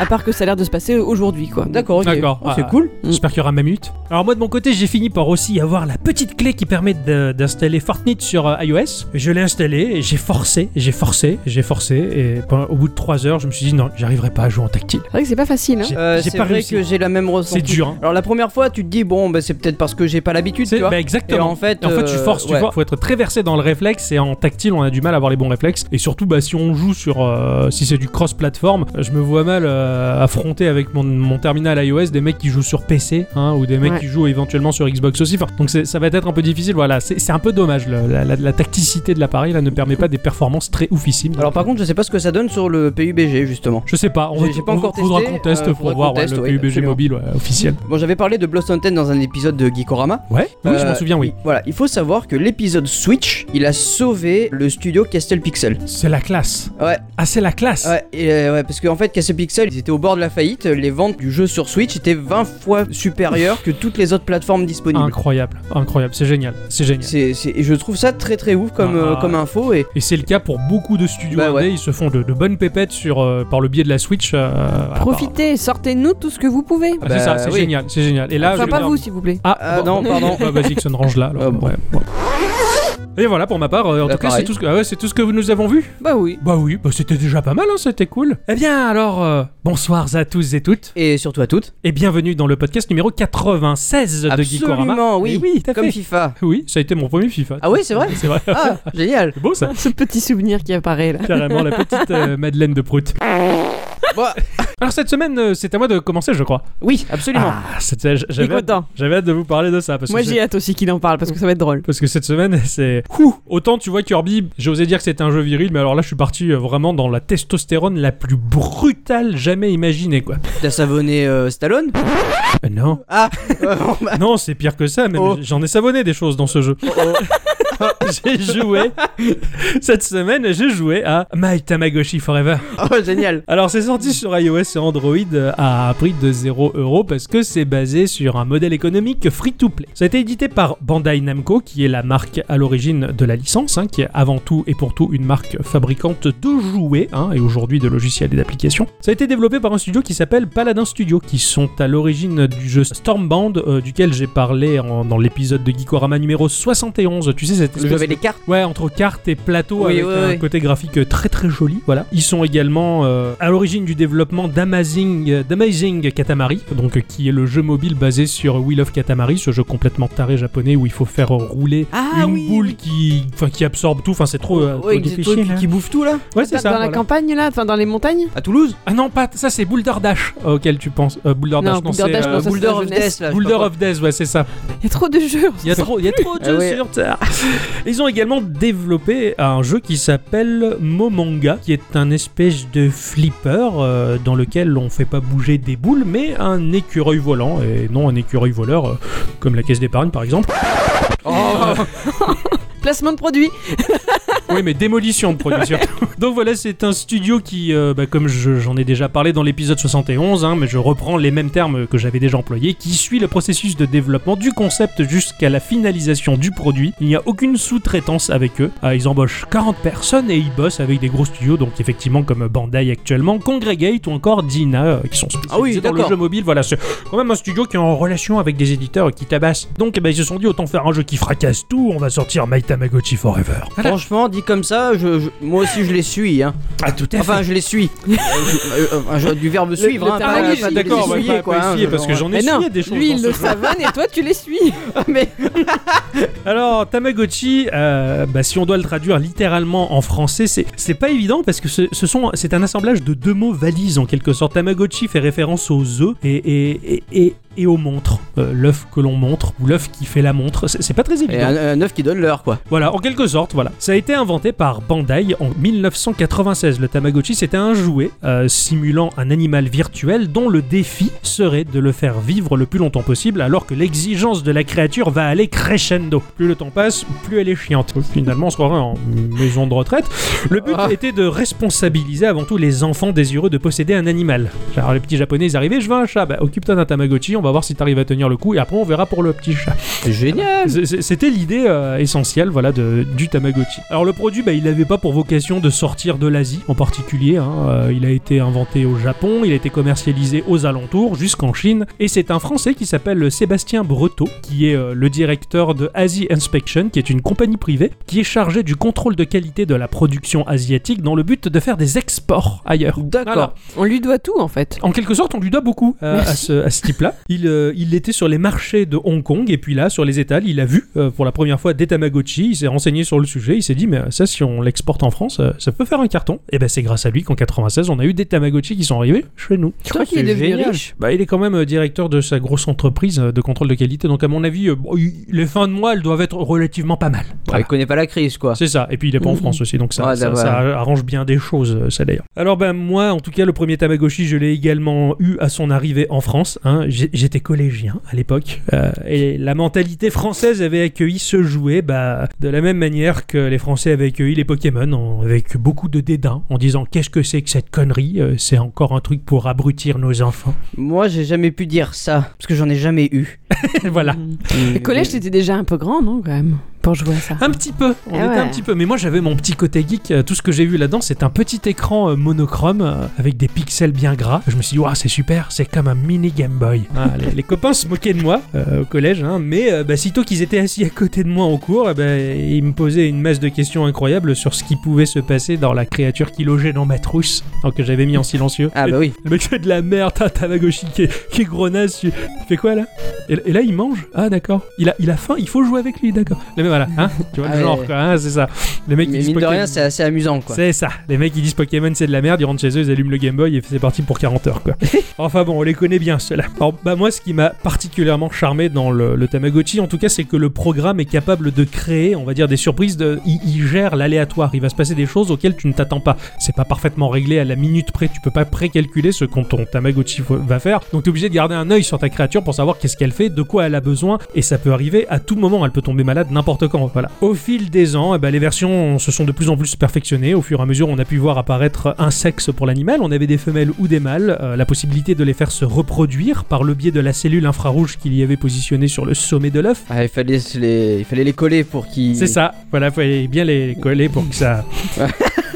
[SPEAKER 3] À part que ça a l'air de se passer aujourd'hui, quoi.
[SPEAKER 2] D'accord, ok.
[SPEAKER 1] D'accord,
[SPEAKER 2] Oh, c'est
[SPEAKER 1] ah.
[SPEAKER 2] cool.
[SPEAKER 1] J'espère qu'il y aura ma minute. Alors moi de mon côté j'ai fini par aussi avoir la petite clé qui permet de- d'installer Fortnite sur euh, iOS. Je l'ai installé et j'ai forcé, j'ai forcé, j'ai forcé et pendant- au bout de 3 heures je me suis dit non j'arriverai pas à jouer en tactile.
[SPEAKER 3] C'est vrai que c'est pas facile, hein.
[SPEAKER 1] J'ai
[SPEAKER 2] Euh,
[SPEAKER 1] j'ai
[SPEAKER 2] c'est
[SPEAKER 1] pas
[SPEAKER 2] vrai
[SPEAKER 1] réussi.
[SPEAKER 2] que j'ai la même ressenti.
[SPEAKER 1] C'est dur. Hein.
[SPEAKER 2] Alors la première fois, tu te dis bon, bah, c'est peut-être parce que j'ai pas l'habitude,
[SPEAKER 1] C'est-
[SPEAKER 2] tu vois.
[SPEAKER 1] bah,
[SPEAKER 2] Et
[SPEAKER 1] exactement.
[SPEAKER 2] en fait,
[SPEAKER 1] Et en fait, tu
[SPEAKER 2] euh,
[SPEAKER 1] forces, tu
[SPEAKER 2] ouais.
[SPEAKER 1] vois. Faut être très versé dans le réflexe et en tactile, on a du mal à avoir les bons réflexes. Et surtout, bah, si on joue sur, euh, si c'est du cross-platform, je me vois mal euh, affronter avec mon, mon terminal iOS des mecs qui jouent sur PC, hein, ou des mecs
[SPEAKER 3] Ouais.
[SPEAKER 1] qui jouent éventuellement sur Xbox aussi. Enfin, donc c'est- ça va être un peu difficile. Voilà, c'est c'est un peu dommage. le- la, la- la tacticité de l'appareil là ne permet pas des performances très oufissimes.
[SPEAKER 2] Alors par contre, je sais pas ce que ça donne sur le PUBG justement.
[SPEAKER 1] je sais pas, on
[SPEAKER 2] j'ai- j'ai pas
[SPEAKER 1] on-
[SPEAKER 2] encore
[SPEAKER 1] faudra
[SPEAKER 2] testé,
[SPEAKER 1] qu'on teste
[SPEAKER 2] euh,
[SPEAKER 1] pour
[SPEAKER 2] faudra qu'on
[SPEAKER 1] voir ouais,
[SPEAKER 2] teste,
[SPEAKER 1] le
[SPEAKER 2] oui,
[SPEAKER 1] PUBG
[SPEAKER 2] absolument. Mm.
[SPEAKER 1] mobile ouais, officiel.
[SPEAKER 2] Bon, j'avais parlé de Blood Fountain dans un épisode de Geekorama.
[SPEAKER 1] Ouais, oui, je
[SPEAKER 2] Euh,
[SPEAKER 1] m'en souviens, oui.
[SPEAKER 2] Voilà, il faut savoir que l'épisode Switch, il a sauvé le studio Castle Pixel.
[SPEAKER 1] C'est la classe.
[SPEAKER 2] Ouais,
[SPEAKER 1] Ah, c'est la classe.
[SPEAKER 2] ouais, et, euh, ouais, parce qu'en fait, Castle Pixel, ils étaient au bord de la faillite. Les ventes du jeu sur Switch étaient 20 fois supérieures que toutes les autres plateformes disponibles.
[SPEAKER 1] Incroyable, incroyable, c'est génial, c'est génial.
[SPEAKER 2] C'est, c'est- et je trouve ça très très ouf comme, euh,
[SPEAKER 1] Ah.
[SPEAKER 2] comme info. Et
[SPEAKER 1] Et c'est le cas pour beaucoup de studios
[SPEAKER 2] Bah
[SPEAKER 1] indés,
[SPEAKER 2] ouais.
[SPEAKER 1] ils se font de, de bonnes pépettes sur, euh, par le biais de la Switch. euh, voilà,
[SPEAKER 3] Profitez, sortez-nous tout ce que vous pouvez.
[SPEAKER 1] par- Ah, c'est ça,
[SPEAKER 2] Bah
[SPEAKER 1] c'est
[SPEAKER 2] oui.
[SPEAKER 1] génial, c'est génial. Et là,
[SPEAKER 3] Enfin,
[SPEAKER 1] bah, je-
[SPEAKER 3] pas vous, s'il vous plaît.
[SPEAKER 1] Ah,
[SPEAKER 2] Ah,
[SPEAKER 1] bon,
[SPEAKER 2] non, pardon.
[SPEAKER 1] bah, Vas-y, Ixon, range là. alors.
[SPEAKER 2] Ah, bon.
[SPEAKER 1] Ouais, bon. Et voilà pour ma part, euh, en
[SPEAKER 2] Bah,
[SPEAKER 1] tout cas c'est
[SPEAKER 2] pareil.
[SPEAKER 1] tout, ce que... ah ouais, c'est tout ce que nous avons vu.
[SPEAKER 3] Bah oui.
[SPEAKER 1] Bah oui, bah, c'était déjà pas mal, hein, c'était cool. Eh bien alors, euh, bonsoir à tous et toutes,
[SPEAKER 2] et surtout à toutes.
[SPEAKER 1] et bienvenue dans le podcast numéro 96 de Geekorama.
[SPEAKER 2] Absolument, oui.
[SPEAKER 1] Eh oui, t'as
[SPEAKER 2] Comme
[SPEAKER 1] fait.
[SPEAKER 2] FIFA.
[SPEAKER 1] Oui, ça a été mon premier FIFA.
[SPEAKER 2] Ah oui, c'est (laughs) vrai
[SPEAKER 1] C'est vrai. (laughs)
[SPEAKER 2] Ah, génial.
[SPEAKER 1] C'est beau ça.
[SPEAKER 3] (laughs) Ce petit souvenir qui apparaît là.
[SPEAKER 1] Carrément la petite euh, Madeleine de Prout.
[SPEAKER 2] Bon,
[SPEAKER 1] Alors cette semaine, euh, c'est à moi de commencer, je crois.
[SPEAKER 2] oui, absolument.
[SPEAKER 1] Ah, c'était- j-
[SPEAKER 3] Je suis
[SPEAKER 1] j'avais hâte,
[SPEAKER 3] content.
[SPEAKER 1] j'avais hâte de vous parler de ça parce
[SPEAKER 3] Moi
[SPEAKER 1] que c'est-
[SPEAKER 3] j'ai hâte aussi qu'il en parle parce que ça va être drôle.
[SPEAKER 1] parce que cette semaine, (laughs) c'est. Ouh Autant tu vois Kirby, j'osais dire que c'était un jeu viril, mais alors là, je suis parti euh, vraiment dans la testostérone la plus brutale jamais imaginée, quoi.
[SPEAKER 2] T'as savonné euh, Stallone (laughs)
[SPEAKER 1] Euh, non,
[SPEAKER 2] Ah, euh, bon, bah,
[SPEAKER 1] non, c'est pire que ça, même
[SPEAKER 2] Oh.
[SPEAKER 1] j'en ai savonné des choses dans ce jeu. (laughs) j'ai joué cette semaine, j'ai joué à My Tamagotchi Forever.
[SPEAKER 2] Oh, génial.
[SPEAKER 1] Alors c'est sorti sur iOS et Android euh, à un prix de 0 euros parce que c'est basé sur un modèle économique free-to-play. Ça a été édité par Bandai Namco, qui est la marque à l'origine de la licence, hein, qui est avant tout et pour tout une marque fabricante de jouets, hein, et aujourd'hui de logiciels et d'applications. Ça a été développé par un studio qui s'appelle Paladin Studio, qui sont à l'origine du jeu Stormband, euh, duquel j'ai parlé en- dans l'épisode de Geekorama numéro 71. Tu sais, cette
[SPEAKER 2] Le jeu
[SPEAKER 1] espèce
[SPEAKER 2] avec les cartes.
[SPEAKER 1] Ouais, entre cartes et plateaux
[SPEAKER 2] Oui,
[SPEAKER 1] avec
[SPEAKER 2] oui,
[SPEAKER 1] un
[SPEAKER 2] oui.
[SPEAKER 1] côté graphique euh, très très joli, voilà. Ils sont également euh, à l'origine du développement d'Amazing, euh, d'Amazing Katamari, donc euh, qui est le jeu mobile basé sur Wheel of Katamari, ce jeu complètement taré japonais où il faut faire euh, rouler
[SPEAKER 2] Ah
[SPEAKER 1] une
[SPEAKER 2] oui,
[SPEAKER 1] boule
[SPEAKER 2] oui.
[SPEAKER 1] qui, enfin, qui absorbe tout, enfin c'est trop, euh,
[SPEAKER 2] Ouais,
[SPEAKER 1] trop
[SPEAKER 2] des trucs
[SPEAKER 1] difficile. hein.
[SPEAKER 2] qui bouffent tout là
[SPEAKER 1] Ouais, c'est
[SPEAKER 3] Dans
[SPEAKER 1] ça.
[SPEAKER 3] la
[SPEAKER 1] voilà.
[SPEAKER 3] campagne là, enfin dans les montagnes
[SPEAKER 2] À Toulouse
[SPEAKER 1] Ah non, pas ça, c'est Boulder Dash euh, auquel tu penses. Euh, Boulder
[SPEAKER 3] Non,
[SPEAKER 1] Dash, non,
[SPEAKER 3] Boulder
[SPEAKER 1] c'est,
[SPEAKER 3] Dash,
[SPEAKER 1] euh,
[SPEAKER 3] non, ça, c'est
[SPEAKER 2] Boulder
[SPEAKER 3] la
[SPEAKER 2] of
[SPEAKER 3] jeunesse.
[SPEAKER 2] Death là. je sais
[SPEAKER 1] Boulder
[SPEAKER 2] pas quoi.
[SPEAKER 1] of Death, ouais, c'est ça.
[SPEAKER 3] Il y a trop de jeux.
[SPEAKER 1] Il y a trop, il y a trop de
[SPEAKER 2] Ah
[SPEAKER 1] jeux
[SPEAKER 2] ouais.
[SPEAKER 1] sur Terre. (laughs) Ils ont également développé un jeu qui s'appelle Momanga, qui est un espèce de flipper euh, dans lequel on fait pas bouger des boules, mais un écureuil volant, et non un écureuil voleur euh, comme la caisse d'épargne par exemple.
[SPEAKER 2] Oh,
[SPEAKER 3] Placement de produits.
[SPEAKER 1] Oui, mais démolition de produits
[SPEAKER 2] (laughs)
[SPEAKER 1] surtout. Donc voilà, c'est un studio qui, euh, bah, comme je- j'en ai déjà parlé dans l'épisode 71, hein, mais je reprends les mêmes termes que j'avais déjà employés, qui suit le processus de développement du concept jusqu'à la finalisation du produit. Il n'y a aucune sous-traitance avec eux. Ah, ils embauchent 40 personnes et ils bossent avec des gros studios, donc effectivement comme Bandai actuellement, Congregate ou encore Dina, euh, qui sont spécialisés
[SPEAKER 2] Ah oui,
[SPEAKER 1] dans le
[SPEAKER 2] d'accord.
[SPEAKER 1] jeu mobile. Voilà, c'est quand même un studio qui est en relation avec des éditeurs et qui tabassent. Donc eh ben, ils se sont dit autant faire un jeu qui fracasse tout, on va sortir My Tamagotchi Forever.
[SPEAKER 2] (laughs) Franchement, dit comme ça, je, je- moi aussi je les suis. Hein.
[SPEAKER 1] Ah tout à fait.
[SPEAKER 2] Enfin, je les suis. (laughs) Euh, je- euh, euh, je- du verbe suivre.
[SPEAKER 3] le
[SPEAKER 1] Ah,
[SPEAKER 2] hein,
[SPEAKER 3] terme
[SPEAKER 2] pas-
[SPEAKER 3] est
[SPEAKER 2] pas de
[SPEAKER 1] D'accord,
[SPEAKER 2] les
[SPEAKER 1] ouais,
[SPEAKER 2] essuyer,
[SPEAKER 1] pas,
[SPEAKER 2] quoi,
[SPEAKER 1] pas
[SPEAKER 2] hein,
[SPEAKER 1] essayer, parce que
[SPEAKER 2] genre.
[SPEAKER 1] j'en ai
[SPEAKER 3] Mais non,
[SPEAKER 1] essuyé des choses. hein,
[SPEAKER 3] lui
[SPEAKER 1] dans
[SPEAKER 3] il
[SPEAKER 1] ce
[SPEAKER 3] le
[SPEAKER 1] jeu.
[SPEAKER 3] savane et toi tu les (laughs) suis.
[SPEAKER 2] Mais
[SPEAKER 1] Alors, Tamagotchi, euh, bah, si on doit le traduire littéralement en français, c'est c'est pas évident parce que ce, ce sont c'est un assemblage de deux mots valises en quelque sorte. Tamagotchi fait référence aux œufs et, et, et, et, et aux montres. Euh, l'œuf que l'on montre ou l'œuf qui fait la montre. C'est c'est pas très
[SPEAKER 2] Et
[SPEAKER 1] évident.
[SPEAKER 2] un, un œuf qui donne l'heure quoi.
[SPEAKER 1] Voilà, en quelque sorte, voilà. Ça a été inventé par Bandai en 1996. Le Tamagotchi, c'était un jouet euh, simulant un animal virtuel dont le défi serait de le faire vivre le plus longtemps possible alors que l'exigence de la créature va aller crescendo. Plus le temps passe, plus elle est chiante. (laughs) Finalement, on se croirait en maison de retraite. Le but
[SPEAKER 2] Ah.
[SPEAKER 1] était de responsabiliser avant tout les enfants désireux de posséder un animal. Alors les petits japonais, ils arrivaient, je veux un chat. Bah, occupe-toi d'un Tamagotchi, on va voir si t'arrives à tenir le coup et après on verra pour le petit chat.
[SPEAKER 2] C'est génial.
[SPEAKER 1] C'est- c'est- C'était l'idée euh, essentielle voilà, de- du Tamagotchi. Alors le produit, bah, il n'avait pas pour vocation de sortir de l'Asie en particulier. hein. Euh, il a été inventé au Japon, il a été commercialisé aux alentours, jusqu'en Chine. Et c'est un Français qui s'appelle Sébastien Breteau, qui est euh, le directeur de Asie Inspection, qui est une compagnie privée, qui est chargée du contrôle de qualité de la production asiatique dans le but de faire des exports ailleurs. Voilà.
[SPEAKER 2] D'accord.
[SPEAKER 3] On lui doit tout en fait.
[SPEAKER 1] En quelque sorte, on lui doit beaucoup euh, à ce, à ce type-là. Il, euh, il était sur les marchés de Hong Kong et puis là, sur les étals, il a vu euh, pour la première fois des Tamagotchi. Il s'est renseigné sur le sujet. Il s'est dit, mais euh, ça, si on l'exporte en France, euh, ça peut faire un carton. Et ben, c'est grâce à lui qu'en 96, on a eu des Tamagotchi qui sont arrivés chez nous.
[SPEAKER 3] Je crois qu'il est devenu riche.
[SPEAKER 1] Bah, il est quand même euh, directeur de sa grosse entreprise euh, de contrôle de qualité. Donc, à mon avis, euh, bon, il- les fins de mois, elles doivent être relativement pas mal.
[SPEAKER 2] Ah, Il connaît pas la crise quoi.
[SPEAKER 1] C'est ça. Et puis il est pas en
[SPEAKER 3] Mhm.
[SPEAKER 1] France aussi, donc ça,
[SPEAKER 2] Ouais,
[SPEAKER 1] ça,
[SPEAKER 2] bah,
[SPEAKER 1] ça
[SPEAKER 2] ouais.
[SPEAKER 1] arrange bien des choses, euh, ça d'ailleurs. Alors ben moi, en tout cas, le premier Tamagotchi, je l'ai également eu à son arrivée en France. hein. J'ai- J'étais collégien à l'époque, euh, et la mentalité française avait accueilli ce jouet bah, de la même manière que les Français avaient accueilli les Pokémon, en- avec beaucoup de dédain, en disant qu'est-ce que c'est que cette connerie Euh, C'est encore un truc pour abrutir nos enfants. (laughs)
[SPEAKER 2] Moi, j'ai jamais pu dire ça parce que j'en ai jamais (laughs) eu.
[SPEAKER 3] Ah.
[SPEAKER 1] voilà.
[SPEAKER 3] Le collège Mm. c'était déjà un peu grand non quand même pour jouer à ça.
[SPEAKER 1] Un petit peu, on
[SPEAKER 3] Ah
[SPEAKER 1] était un
[SPEAKER 3] ouais.
[SPEAKER 1] petit peu, mais moi j'avais mon petit côté geek. euh, Tout ce que j'ai vu là-dedans, c'est un petit écran euh, monochrome euh, avec des pixels bien gras. Je me suis dit, waouh, c'est super, c'est comme un mini Game Boy. Ah, les, (laughs) les copains se moquaient de moi euh, au collège, hein, mais euh, bah, sitôt qu'ils étaient assis à côté de moi en cours, eh ben, ils me posaient une masse de questions incroyables sur ce qui pouvait se passer dans la créature qui logeait dans ma trousse, alors que j'avais mis en silencieux.
[SPEAKER 2] Ah bah oui.
[SPEAKER 1] Le mec fait de la merde, t'as Tamagotchi qui est, qui est grenasse. Tu tu fais quoi là et, et là il mange Ah d'accord. Il a, il a faim, il faut jouer avec lui, d'accord. Le mec voilà, hein Tu vois
[SPEAKER 2] Ah
[SPEAKER 1] le
[SPEAKER 2] ouais,
[SPEAKER 1] genre
[SPEAKER 2] ouais.
[SPEAKER 1] quoi, hein, c'est ça. Les mecs ils
[SPEAKER 2] Mais
[SPEAKER 1] disent
[SPEAKER 2] mine de
[SPEAKER 1] Pokémon-
[SPEAKER 2] rien, c'est assez amusant quoi.
[SPEAKER 1] C'est ça. Les mecs ils disent Pokémon c'est de la merde, ils rentrent chez eux, ils allument le Game Boy et c'est parti pour 40 heures
[SPEAKER 2] (laughs)
[SPEAKER 1] quoi. enfin bon, on les connaît bien ceux-là. Alors, bah moi ce qui m'a particulièrement charmé dans le, le Tamagotchi en tout cas c'est que le programme est capable de créer, on va dire des surprises, de, il, il gère l'aléatoire, il va se passer des choses auxquelles tu ne t'attends pas c'est pas parfaitement réglé à la minute près. Tu peux pas précalculer ce que ton Tamagotchi fo- va faire. Donc t'es obligé de garder un œil sur ta créature pour savoir qu'est-ce qu'elle fait, de quoi elle a besoin. Et ça peut arriver à tout moment. Elle peut tomber malade n'importe n'importe quand. Voilà. Au fil des ans, eh ben, les versions se sont de plus en plus perfectionnées. Au fur et à mesure, on a pu voir apparaître un sexe pour l'animal. On avait des femelles ou des mâles, euh, la possibilité de les faire se reproduire par le biais de la cellule infrarouge qu'il y avait positionnée sur le sommet de l'œuf.
[SPEAKER 2] Ah, il fallait se les, il fallait les coller pour qu'ils.
[SPEAKER 1] C'est ça, voilà, fallait bien les coller pour que
[SPEAKER 2] (laughs)
[SPEAKER 1] ça.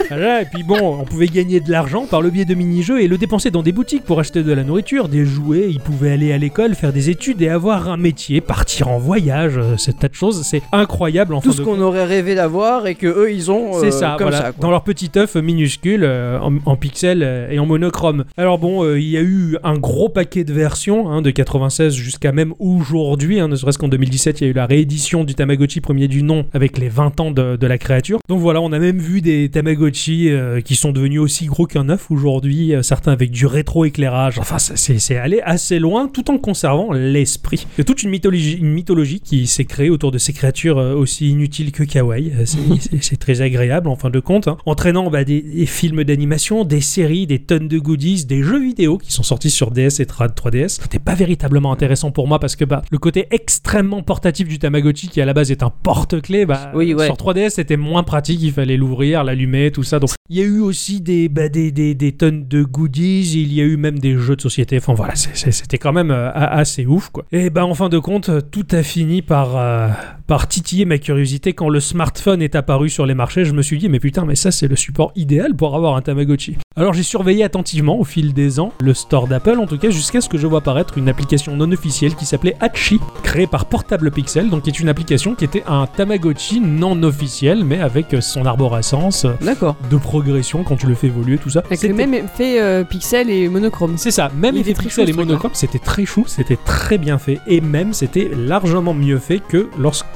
[SPEAKER 1] Voilà, et puis bon, on pouvait gagner de l'argent par le biais de mini-jeux et le dépenser dans des boutiques pour acheter de la nourriture, des jouets, ils pouvaient aller à l'école, faire des études et avoir un métier, partir en voyage, euh, ce tas de choses, c'est incroyable en
[SPEAKER 2] Tout
[SPEAKER 1] fin
[SPEAKER 2] ce
[SPEAKER 1] de
[SPEAKER 2] qu'on aurait rêvé d'avoir et que eux ils ont. euh,
[SPEAKER 1] c'est ça,
[SPEAKER 2] comme
[SPEAKER 1] voilà,
[SPEAKER 2] ça. quoi.
[SPEAKER 1] dans leur petit œuf minuscule euh, en, en pixels euh, et en monochrome. Alors bon, euh, il y a eu un gros paquet de versions, hein, de 96 jusqu'à même aujourd'hui, hein, ne serait-ce qu'en 2017, il y a eu la réédition du Tamagotchi premier du nom avec les 20 ans de, de la créature. Donc voilà, on a même vu des Tamagotchi euh, qui sont devenus aussi gros qu'un œuf aujourd'hui, euh, certains avec du rétroéclairage. Enfin, ça, c'est c'est allé assez loin tout en conservant l'esprit. Il y a toute une mythologie, une mythologie qui s'est créée autour de ces créatures euh, aussi inutiles que kawaii. Euh,
[SPEAKER 2] (laughs)
[SPEAKER 1] C'est c'est- c'est très agréable en fin de compte, hein. entraînant bah, des, des films d'animation, des séries, des tonnes de goodies, des jeux vidéo qui sont sortis sur DS et 3DS. C'était pas véritablement intéressant pour moi parce que bah, le côté extrêmement portatif du Tamagotchi qui à la base est un porte-clé, bah,
[SPEAKER 2] Oui, ouais.
[SPEAKER 1] sur 3DS c'était moins pratique, il fallait l'ouvrir, l'allumer, tout ça. Donc il y a eu aussi des, bah, des, des, des tonnes de goodies, il y a eu même des jeux de société. Enfin voilà, c'est- c'est- c'était quand même euh, a- assez ouf quoi. Et bah en fin de compte, tout a fini par, euh, par titiller ma curiosité quand le smartphone est apparu sur les marchés. Je me suis dit mais putain, mais ça c'est le support idéal pour avoir un Tamagotchi. Alors j'ai surveillé attentivement au fil des ans le store d'Apple en tout cas jusqu'à ce que je vois apparaître une application non officielle qui s'appelait Hachi, créée par Portable Pixel, donc qui est une application qui était un Tamagotchi non officiel mais avec euh, son arborescence, euh,
[SPEAKER 2] D'accord.
[SPEAKER 1] de progression quand tu le fais évoluer, tout ça.
[SPEAKER 3] Avec le
[SPEAKER 1] C'était-
[SPEAKER 3] même effet euh, pixel et monochrome.
[SPEAKER 1] C'est ça, même
[SPEAKER 3] Il
[SPEAKER 1] effet
[SPEAKER 3] était très
[SPEAKER 1] pixel
[SPEAKER 3] chou,
[SPEAKER 1] et
[SPEAKER 3] ce truc-là.
[SPEAKER 1] monochrome, c'était très chou, c'était très bien fait, et même c'était largement mieux fait que lorsque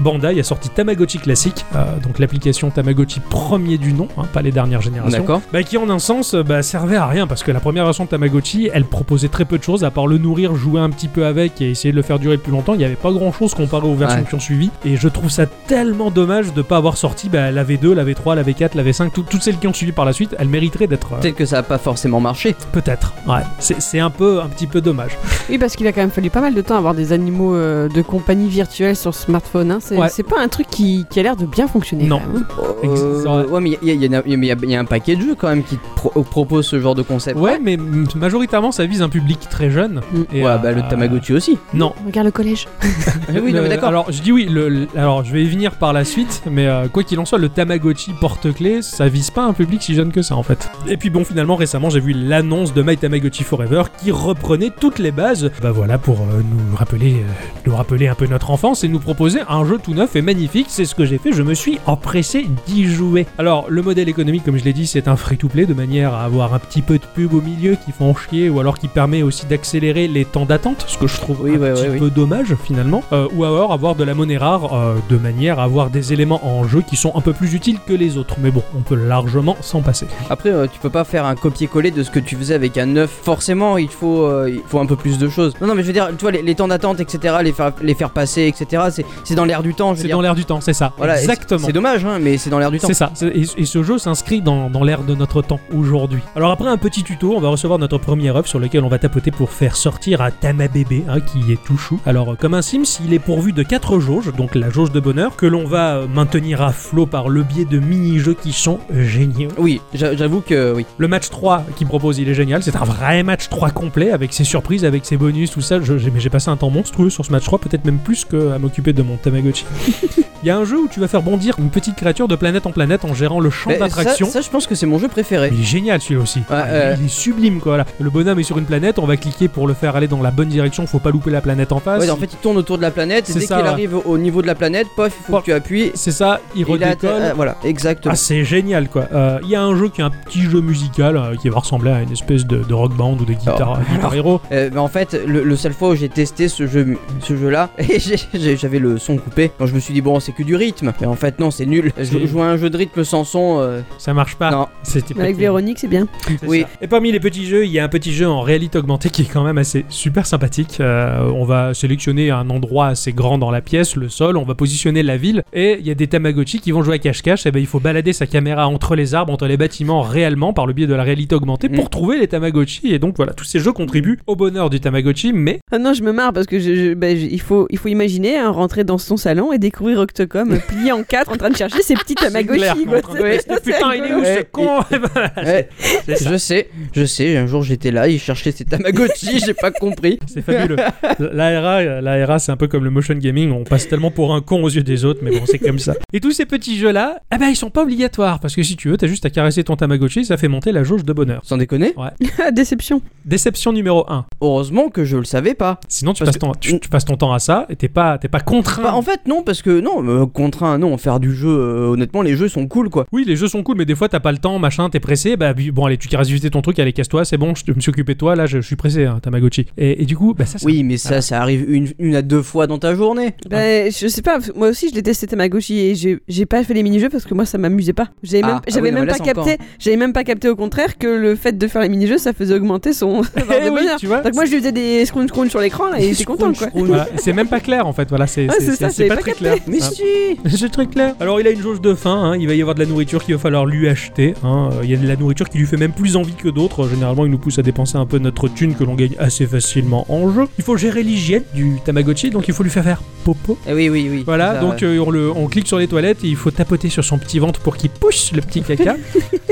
[SPEAKER 1] Bandai a sorti Tamagotchi classique, euh, donc l'application Tamagotchi premier du nom, hein, pas les dernières générations,
[SPEAKER 2] D'accord.
[SPEAKER 1] bah, qui en un sens euh, bah, servait à rien parce que la première version de Tamagotchi elle proposait très peu de choses à part le nourrir, jouer un petit peu avec et essayer de le faire durer le plus longtemps. Il n'y avait pas grand chose comparé aux versions
[SPEAKER 2] Ouais.
[SPEAKER 1] qui ont suivi et je trouve ça tellement dommage de pas avoir sorti bah, la V2, la V3, la V4, la V5, tout- toutes celles qui ont suivi par la suite. Elles mériteraient d'être euh,
[SPEAKER 2] Peut-être que ça a pas forcément marché.
[SPEAKER 1] peut-être. Ouais, c'est c'est un peu un petit peu dommage.
[SPEAKER 3] Oui, parce qu'il a quand même fallu pas mal de temps à avoir des animaux euh, de compagnie virtuelle sur smartphone. hein. C'est
[SPEAKER 1] Ouais.
[SPEAKER 3] c'est pas un truc qui, qui a l'air de bien fonctionner.
[SPEAKER 1] Non.
[SPEAKER 3] quand même, hein.
[SPEAKER 1] Ex-
[SPEAKER 2] Euh, ouais, mais il y, a- il y en a- il y a- il y a un paquet de jeux quand même qui te pro- proposent ce genre de concept.
[SPEAKER 1] Ouais, mais mm, majoritairement ça vise un public très jeune.
[SPEAKER 3] Mm.
[SPEAKER 1] Et,
[SPEAKER 2] ouais,
[SPEAKER 1] euh,
[SPEAKER 2] bah le
[SPEAKER 1] (laughs)
[SPEAKER 2] Tamagotchi aussi.
[SPEAKER 1] Non,
[SPEAKER 3] Regarde le collège.
[SPEAKER 2] Ah oui, non,
[SPEAKER 1] Le-
[SPEAKER 2] mais d'accord.
[SPEAKER 1] Alors, je dis oui, le, le- alors je vais y venir par la suite, mais euh, quoi qu'il en soit, le Tamagotchi porte-clé, ça vise pas un public si jeune que ça en fait. Et puis bon, finalement, récemment, j'ai vu l'annonce de My Tamagotchi Forever qui reprenait toutes les bases, bah voilà, pour euh, nous, rappeler, euh, nous rappeler un peu notre enfance et nous proposer un jeu tout neuf et magnifique. C'est ce que j'ai fait, je me suis empressé d'y jouer. Alors, le modèle économique, comme je l'ai dit, c'est un free-to-play de manière à avoir un petit peu de pub au milieu qui font chier ou alors qui permet aussi d'accélérer les temps d'attente, ce que je trouve
[SPEAKER 2] Oui,
[SPEAKER 1] un
[SPEAKER 2] ouais,
[SPEAKER 1] petit
[SPEAKER 2] ouais, oui.
[SPEAKER 1] peu dommage finalement, Euh, ou alors avoir de la monnaie rare euh, de manière à avoir des éléments en jeu qui sont un peu plus utiles que les autres. Mais bon, on peut largement s'en passer.
[SPEAKER 2] Après, euh, tu peux pas faire un copier-coller de ce que tu faisais avec un œuf. Forcément, il faut, euh, il faut un peu plus de choses. Non, non, mais je veux dire, tu vois, les, les temps d'attente, etc., les faire, les faire passer, etc., c'est- c'est dans l'air du temps. Je veux
[SPEAKER 1] C'est
[SPEAKER 2] dire.
[SPEAKER 1] dans l'air du temps, c'est ça.
[SPEAKER 2] Voilà, et c'est-
[SPEAKER 1] Exactement.
[SPEAKER 2] C'est dommage, hein, mais c'est dans l'air du temps.
[SPEAKER 1] C'est ça, C'est- et, et ce jeu s'inscrit dans, dans l'ère de notre temps aujourd'hui. Alors après un petit tuto, on va recevoir notre premier œuf sur lequel on va tapoter pour faire sortir un Tama bébé hein, qui est tout chou. Alors euh, comme un Sims, il est pourvu de quatre jauges, donc la jauge de bonheur, que l'on va euh, maintenir à flot par le biais de mini-jeux qui sont géniaux.
[SPEAKER 2] Oui, j'a- j'avoue que oui.
[SPEAKER 1] Le match 3 qu'il propose, il est génial. C'est un vrai match 3 complet avec ses surprises, avec ses bonus, tout ça. Je- j'ai mais j'ai passé un temps monstrueux sur ce match 3, peut-être même plus qu'à m'occuper de mon
[SPEAKER 2] (laughs)
[SPEAKER 1] Tamagotchi. Il y a un jeu où tu vas faire bondir une petite créature de planète en planète en gérant le champ
[SPEAKER 2] Mais
[SPEAKER 1] d'attraction.
[SPEAKER 2] Ben, Ça, ça, je pense que c'est mon jeu préféré.
[SPEAKER 1] Il est génial celui-là aussi. Ah, il-
[SPEAKER 2] euh.
[SPEAKER 1] Il est sublime quoi. Voilà. Le bonhomme est sur une planète, on va cliquer pour le faire aller dans la bonne direction, faut pas louper la planète en face.
[SPEAKER 2] Ouais, en fait, il tourne autour de la planète. Et
[SPEAKER 1] C'est
[SPEAKER 2] dès qu'il
[SPEAKER 1] ça, ouais.
[SPEAKER 2] arrive au niveau de la planète, pof, il faut
[SPEAKER 1] Pof.
[SPEAKER 2] que tu appuies.
[SPEAKER 1] C'est ça, il
[SPEAKER 2] et il a-
[SPEAKER 1] redécolle.
[SPEAKER 2] euh, voilà, exactement.
[SPEAKER 1] Ah, c'est génial quoi. Euh, Il y a un jeu qui est un petit jeu musical euh, qui va ressembler à une espèce de, de rock band ou de guitare, guitar hero.
[SPEAKER 2] Euh, mais en fait, le, le seule fois où j'ai testé ce jeu, ce jeu-là, (laughs) et j'ai- j'ai- j'avais le son coupé. Quand je me suis dit bon, c'est que du rythme. Mais en fait, non, c'est nul. Je
[SPEAKER 1] C'est-
[SPEAKER 2] jouer à un jeu de rythme sans son. euh,
[SPEAKER 1] Ça marche pas.
[SPEAKER 2] Non.
[SPEAKER 1] C'était
[SPEAKER 3] Mais Avec
[SPEAKER 1] terrible.
[SPEAKER 3] Véronique, c'est bien.
[SPEAKER 1] C'est
[SPEAKER 2] Oui.
[SPEAKER 1] ça. Et parmi les petits jeux, il y a un petit jeu en réalité augmentée qui est quand même assez super sympathique. Euh, on va sélectionner un endroit assez grand dans la pièce, le sol, on va positionner la Eh ville, et il y a des Tamagotchi qui vont jouer à cache-cache. Et ben il faut balader sa caméra entre les arbres, entre les bâtiments réellement virtuellement par le biais de la réalité augmentée
[SPEAKER 2] Mm.
[SPEAKER 1] pour trouver les Tamagotchi. Et donc voilà, tous ces jeux contribuent au bonheur du Tamagotchi, mais
[SPEAKER 3] Ah non, je me marre parce que je, je- ben, je- il, faut, il faut imaginer hein, rentrer dans son salon et découvrir
[SPEAKER 1] (laughs)
[SPEAKER 3] Octocom plié en quatre en train de chercher ses petits
[SPEAKER 1] clair
[SPEAKER 3] Tamagotchi.
[SPEAKER 1] qu'on est en
[SPEAKER 3] quoi.
[SPEAKER 1] train de tester,
[SPEAKER 3] (laughs) C'est
[SPEAKER 1] putain, il est où
[SPEAKER 3] rigolo.
[SPEAKER 1] ce
[SPEAKER 2] Ouais,
[SPEAKER 1] con Eh ben,
[SPEAKER 2] Ouais,
[SPEAKER 1] Ah, C'est ça.
[SPEAKER 2] je sais, je sais, un jour j'étais là, il cherchait ses Tamagotchi, (laughs) j'ai pas compris.
[SPEAKER 1] C'est (laughs) fabuleux. L'ARA, l'ARA, c'est un peu comme le motion gaming. On passe tellement pour un con aux yeux des autres, mais bon, c'est comme ça. (laughs) Et tous ces petits jeux-là, ah ben, ils sont pas obligatoires. Parce que si tu veux, t'as juste à caresser ton Tamagotchi, ça fait monter la jauge de bonheur.
[SPEAKER 2] Sans déconner,
[SPEAKER 3] Ah, Déception.
[SPEAKER 1] Déception numéro 1.
[SPEAKER 2] heureusement que je le savais pas.
[SPEAKER 1] Sinon, tu
[SPEAKER 2] Parce
[SPEAKER 1] passes, ton, tu, tu passes ton temps à ça et t'es pas, t'es pas contraint.
[SPEAKER 2] Bah, en fait, non, parce que non, euh, contraint, non, faire du jeu, euh, honnêtement, les jeux sont cool quoi.
[SPEAKER 1] Oui, les jeux sont cool, mais des fois, t'as pas le temps, machin, t'es pressé. Bah, bu- bon, allez, tu caresses vite ton truc, allez, casse-toi, c'est bon, je je me suis occupé de toi, là, je, je suis pressé, hein, Tamagotchi. Et, et du coup, bah, ça, c'est
[SPEAKER 2] Oui, mais ça, ça arrive une, une à deux fois dans ta journée.
[SPEAKER 3] Ben, je sais pas, moi aussi je détestais Tamagotchi et j'ai j'ai pas fait les mini-jeux parce que moi ça m'amusait pas. J'avais
[SPEAKER 2] Ah,
[SPEAKER 3] même,
[SPEAKER 2] ah
[SPEAKER 3] j'avais
[SPEAKER 2] oui, non,
[SPEAKER 3] même
[SPEAKER 2] mais là,
[SPEAKER 3] pas
[SPEAKER 2] c'est
[SPEAKER 3] capté, j'avais même pas capté au contraire que le fait de faire les mini-jeux ça faisait augmenter son (laughs) avoir
[SPEAKER 1] Eh
[SPEAKER 3] de
[SPEAKER 1] oui,
[SPEAKER 3] bonheur.
[SPEAKER 1] tu vois,
[SPEAKER 3] Donc moi je lui faisais des scrounge scrounge sur l'écran là
[SPEAKER 1] (laughs)
[SPEAKER 3] et j'étais content quoi.
[SPEAKER 1] Voilà, c'est même pas clair en fait, voilà, c'est
[SPEAKER 3] Ouais,
[SPEAKER 1] c'est-
[SPEAKER 3] c'est ça,
[SPEAKER 1] c'est- c'est
[SPEAKER 3] j'avais
[SPEAKER 1] pas
[SPEAKER 3] pas
[SPEAKER 1] très
[SPEAKER 3] capté.
[SPEAKER 1] clair.
[SPEAKER 2] Mais
[SPEAKER 1] Ah.
[SPEAKER 2] si
[SPEAKER 1] C'est très clair. Alors il a une jauge de faim, hein, il va y avoir de la nourriture qu'il va falloir lui acheter. hein. Euh, Il y a de la nourriture qui lui fait même plus envie que d'autres. Généralement, il nous pousse à dépenser un peu notre thune que l'on gagne assez facilement en jeu. Il faut gérer l'hygiène du Tamagotchi, donc il faut lui faire faire popo.
[SPEAKER 2] Eh oui, oui, oui.
[SPEAKER 1] Voilà,
[SPEAKER 2] Ça,
[SPEAKER 1] donc euh, on, le- on clique sur les toilettes et il faut tapoter sur son petit ventre pour qu'il pousse le petit caca.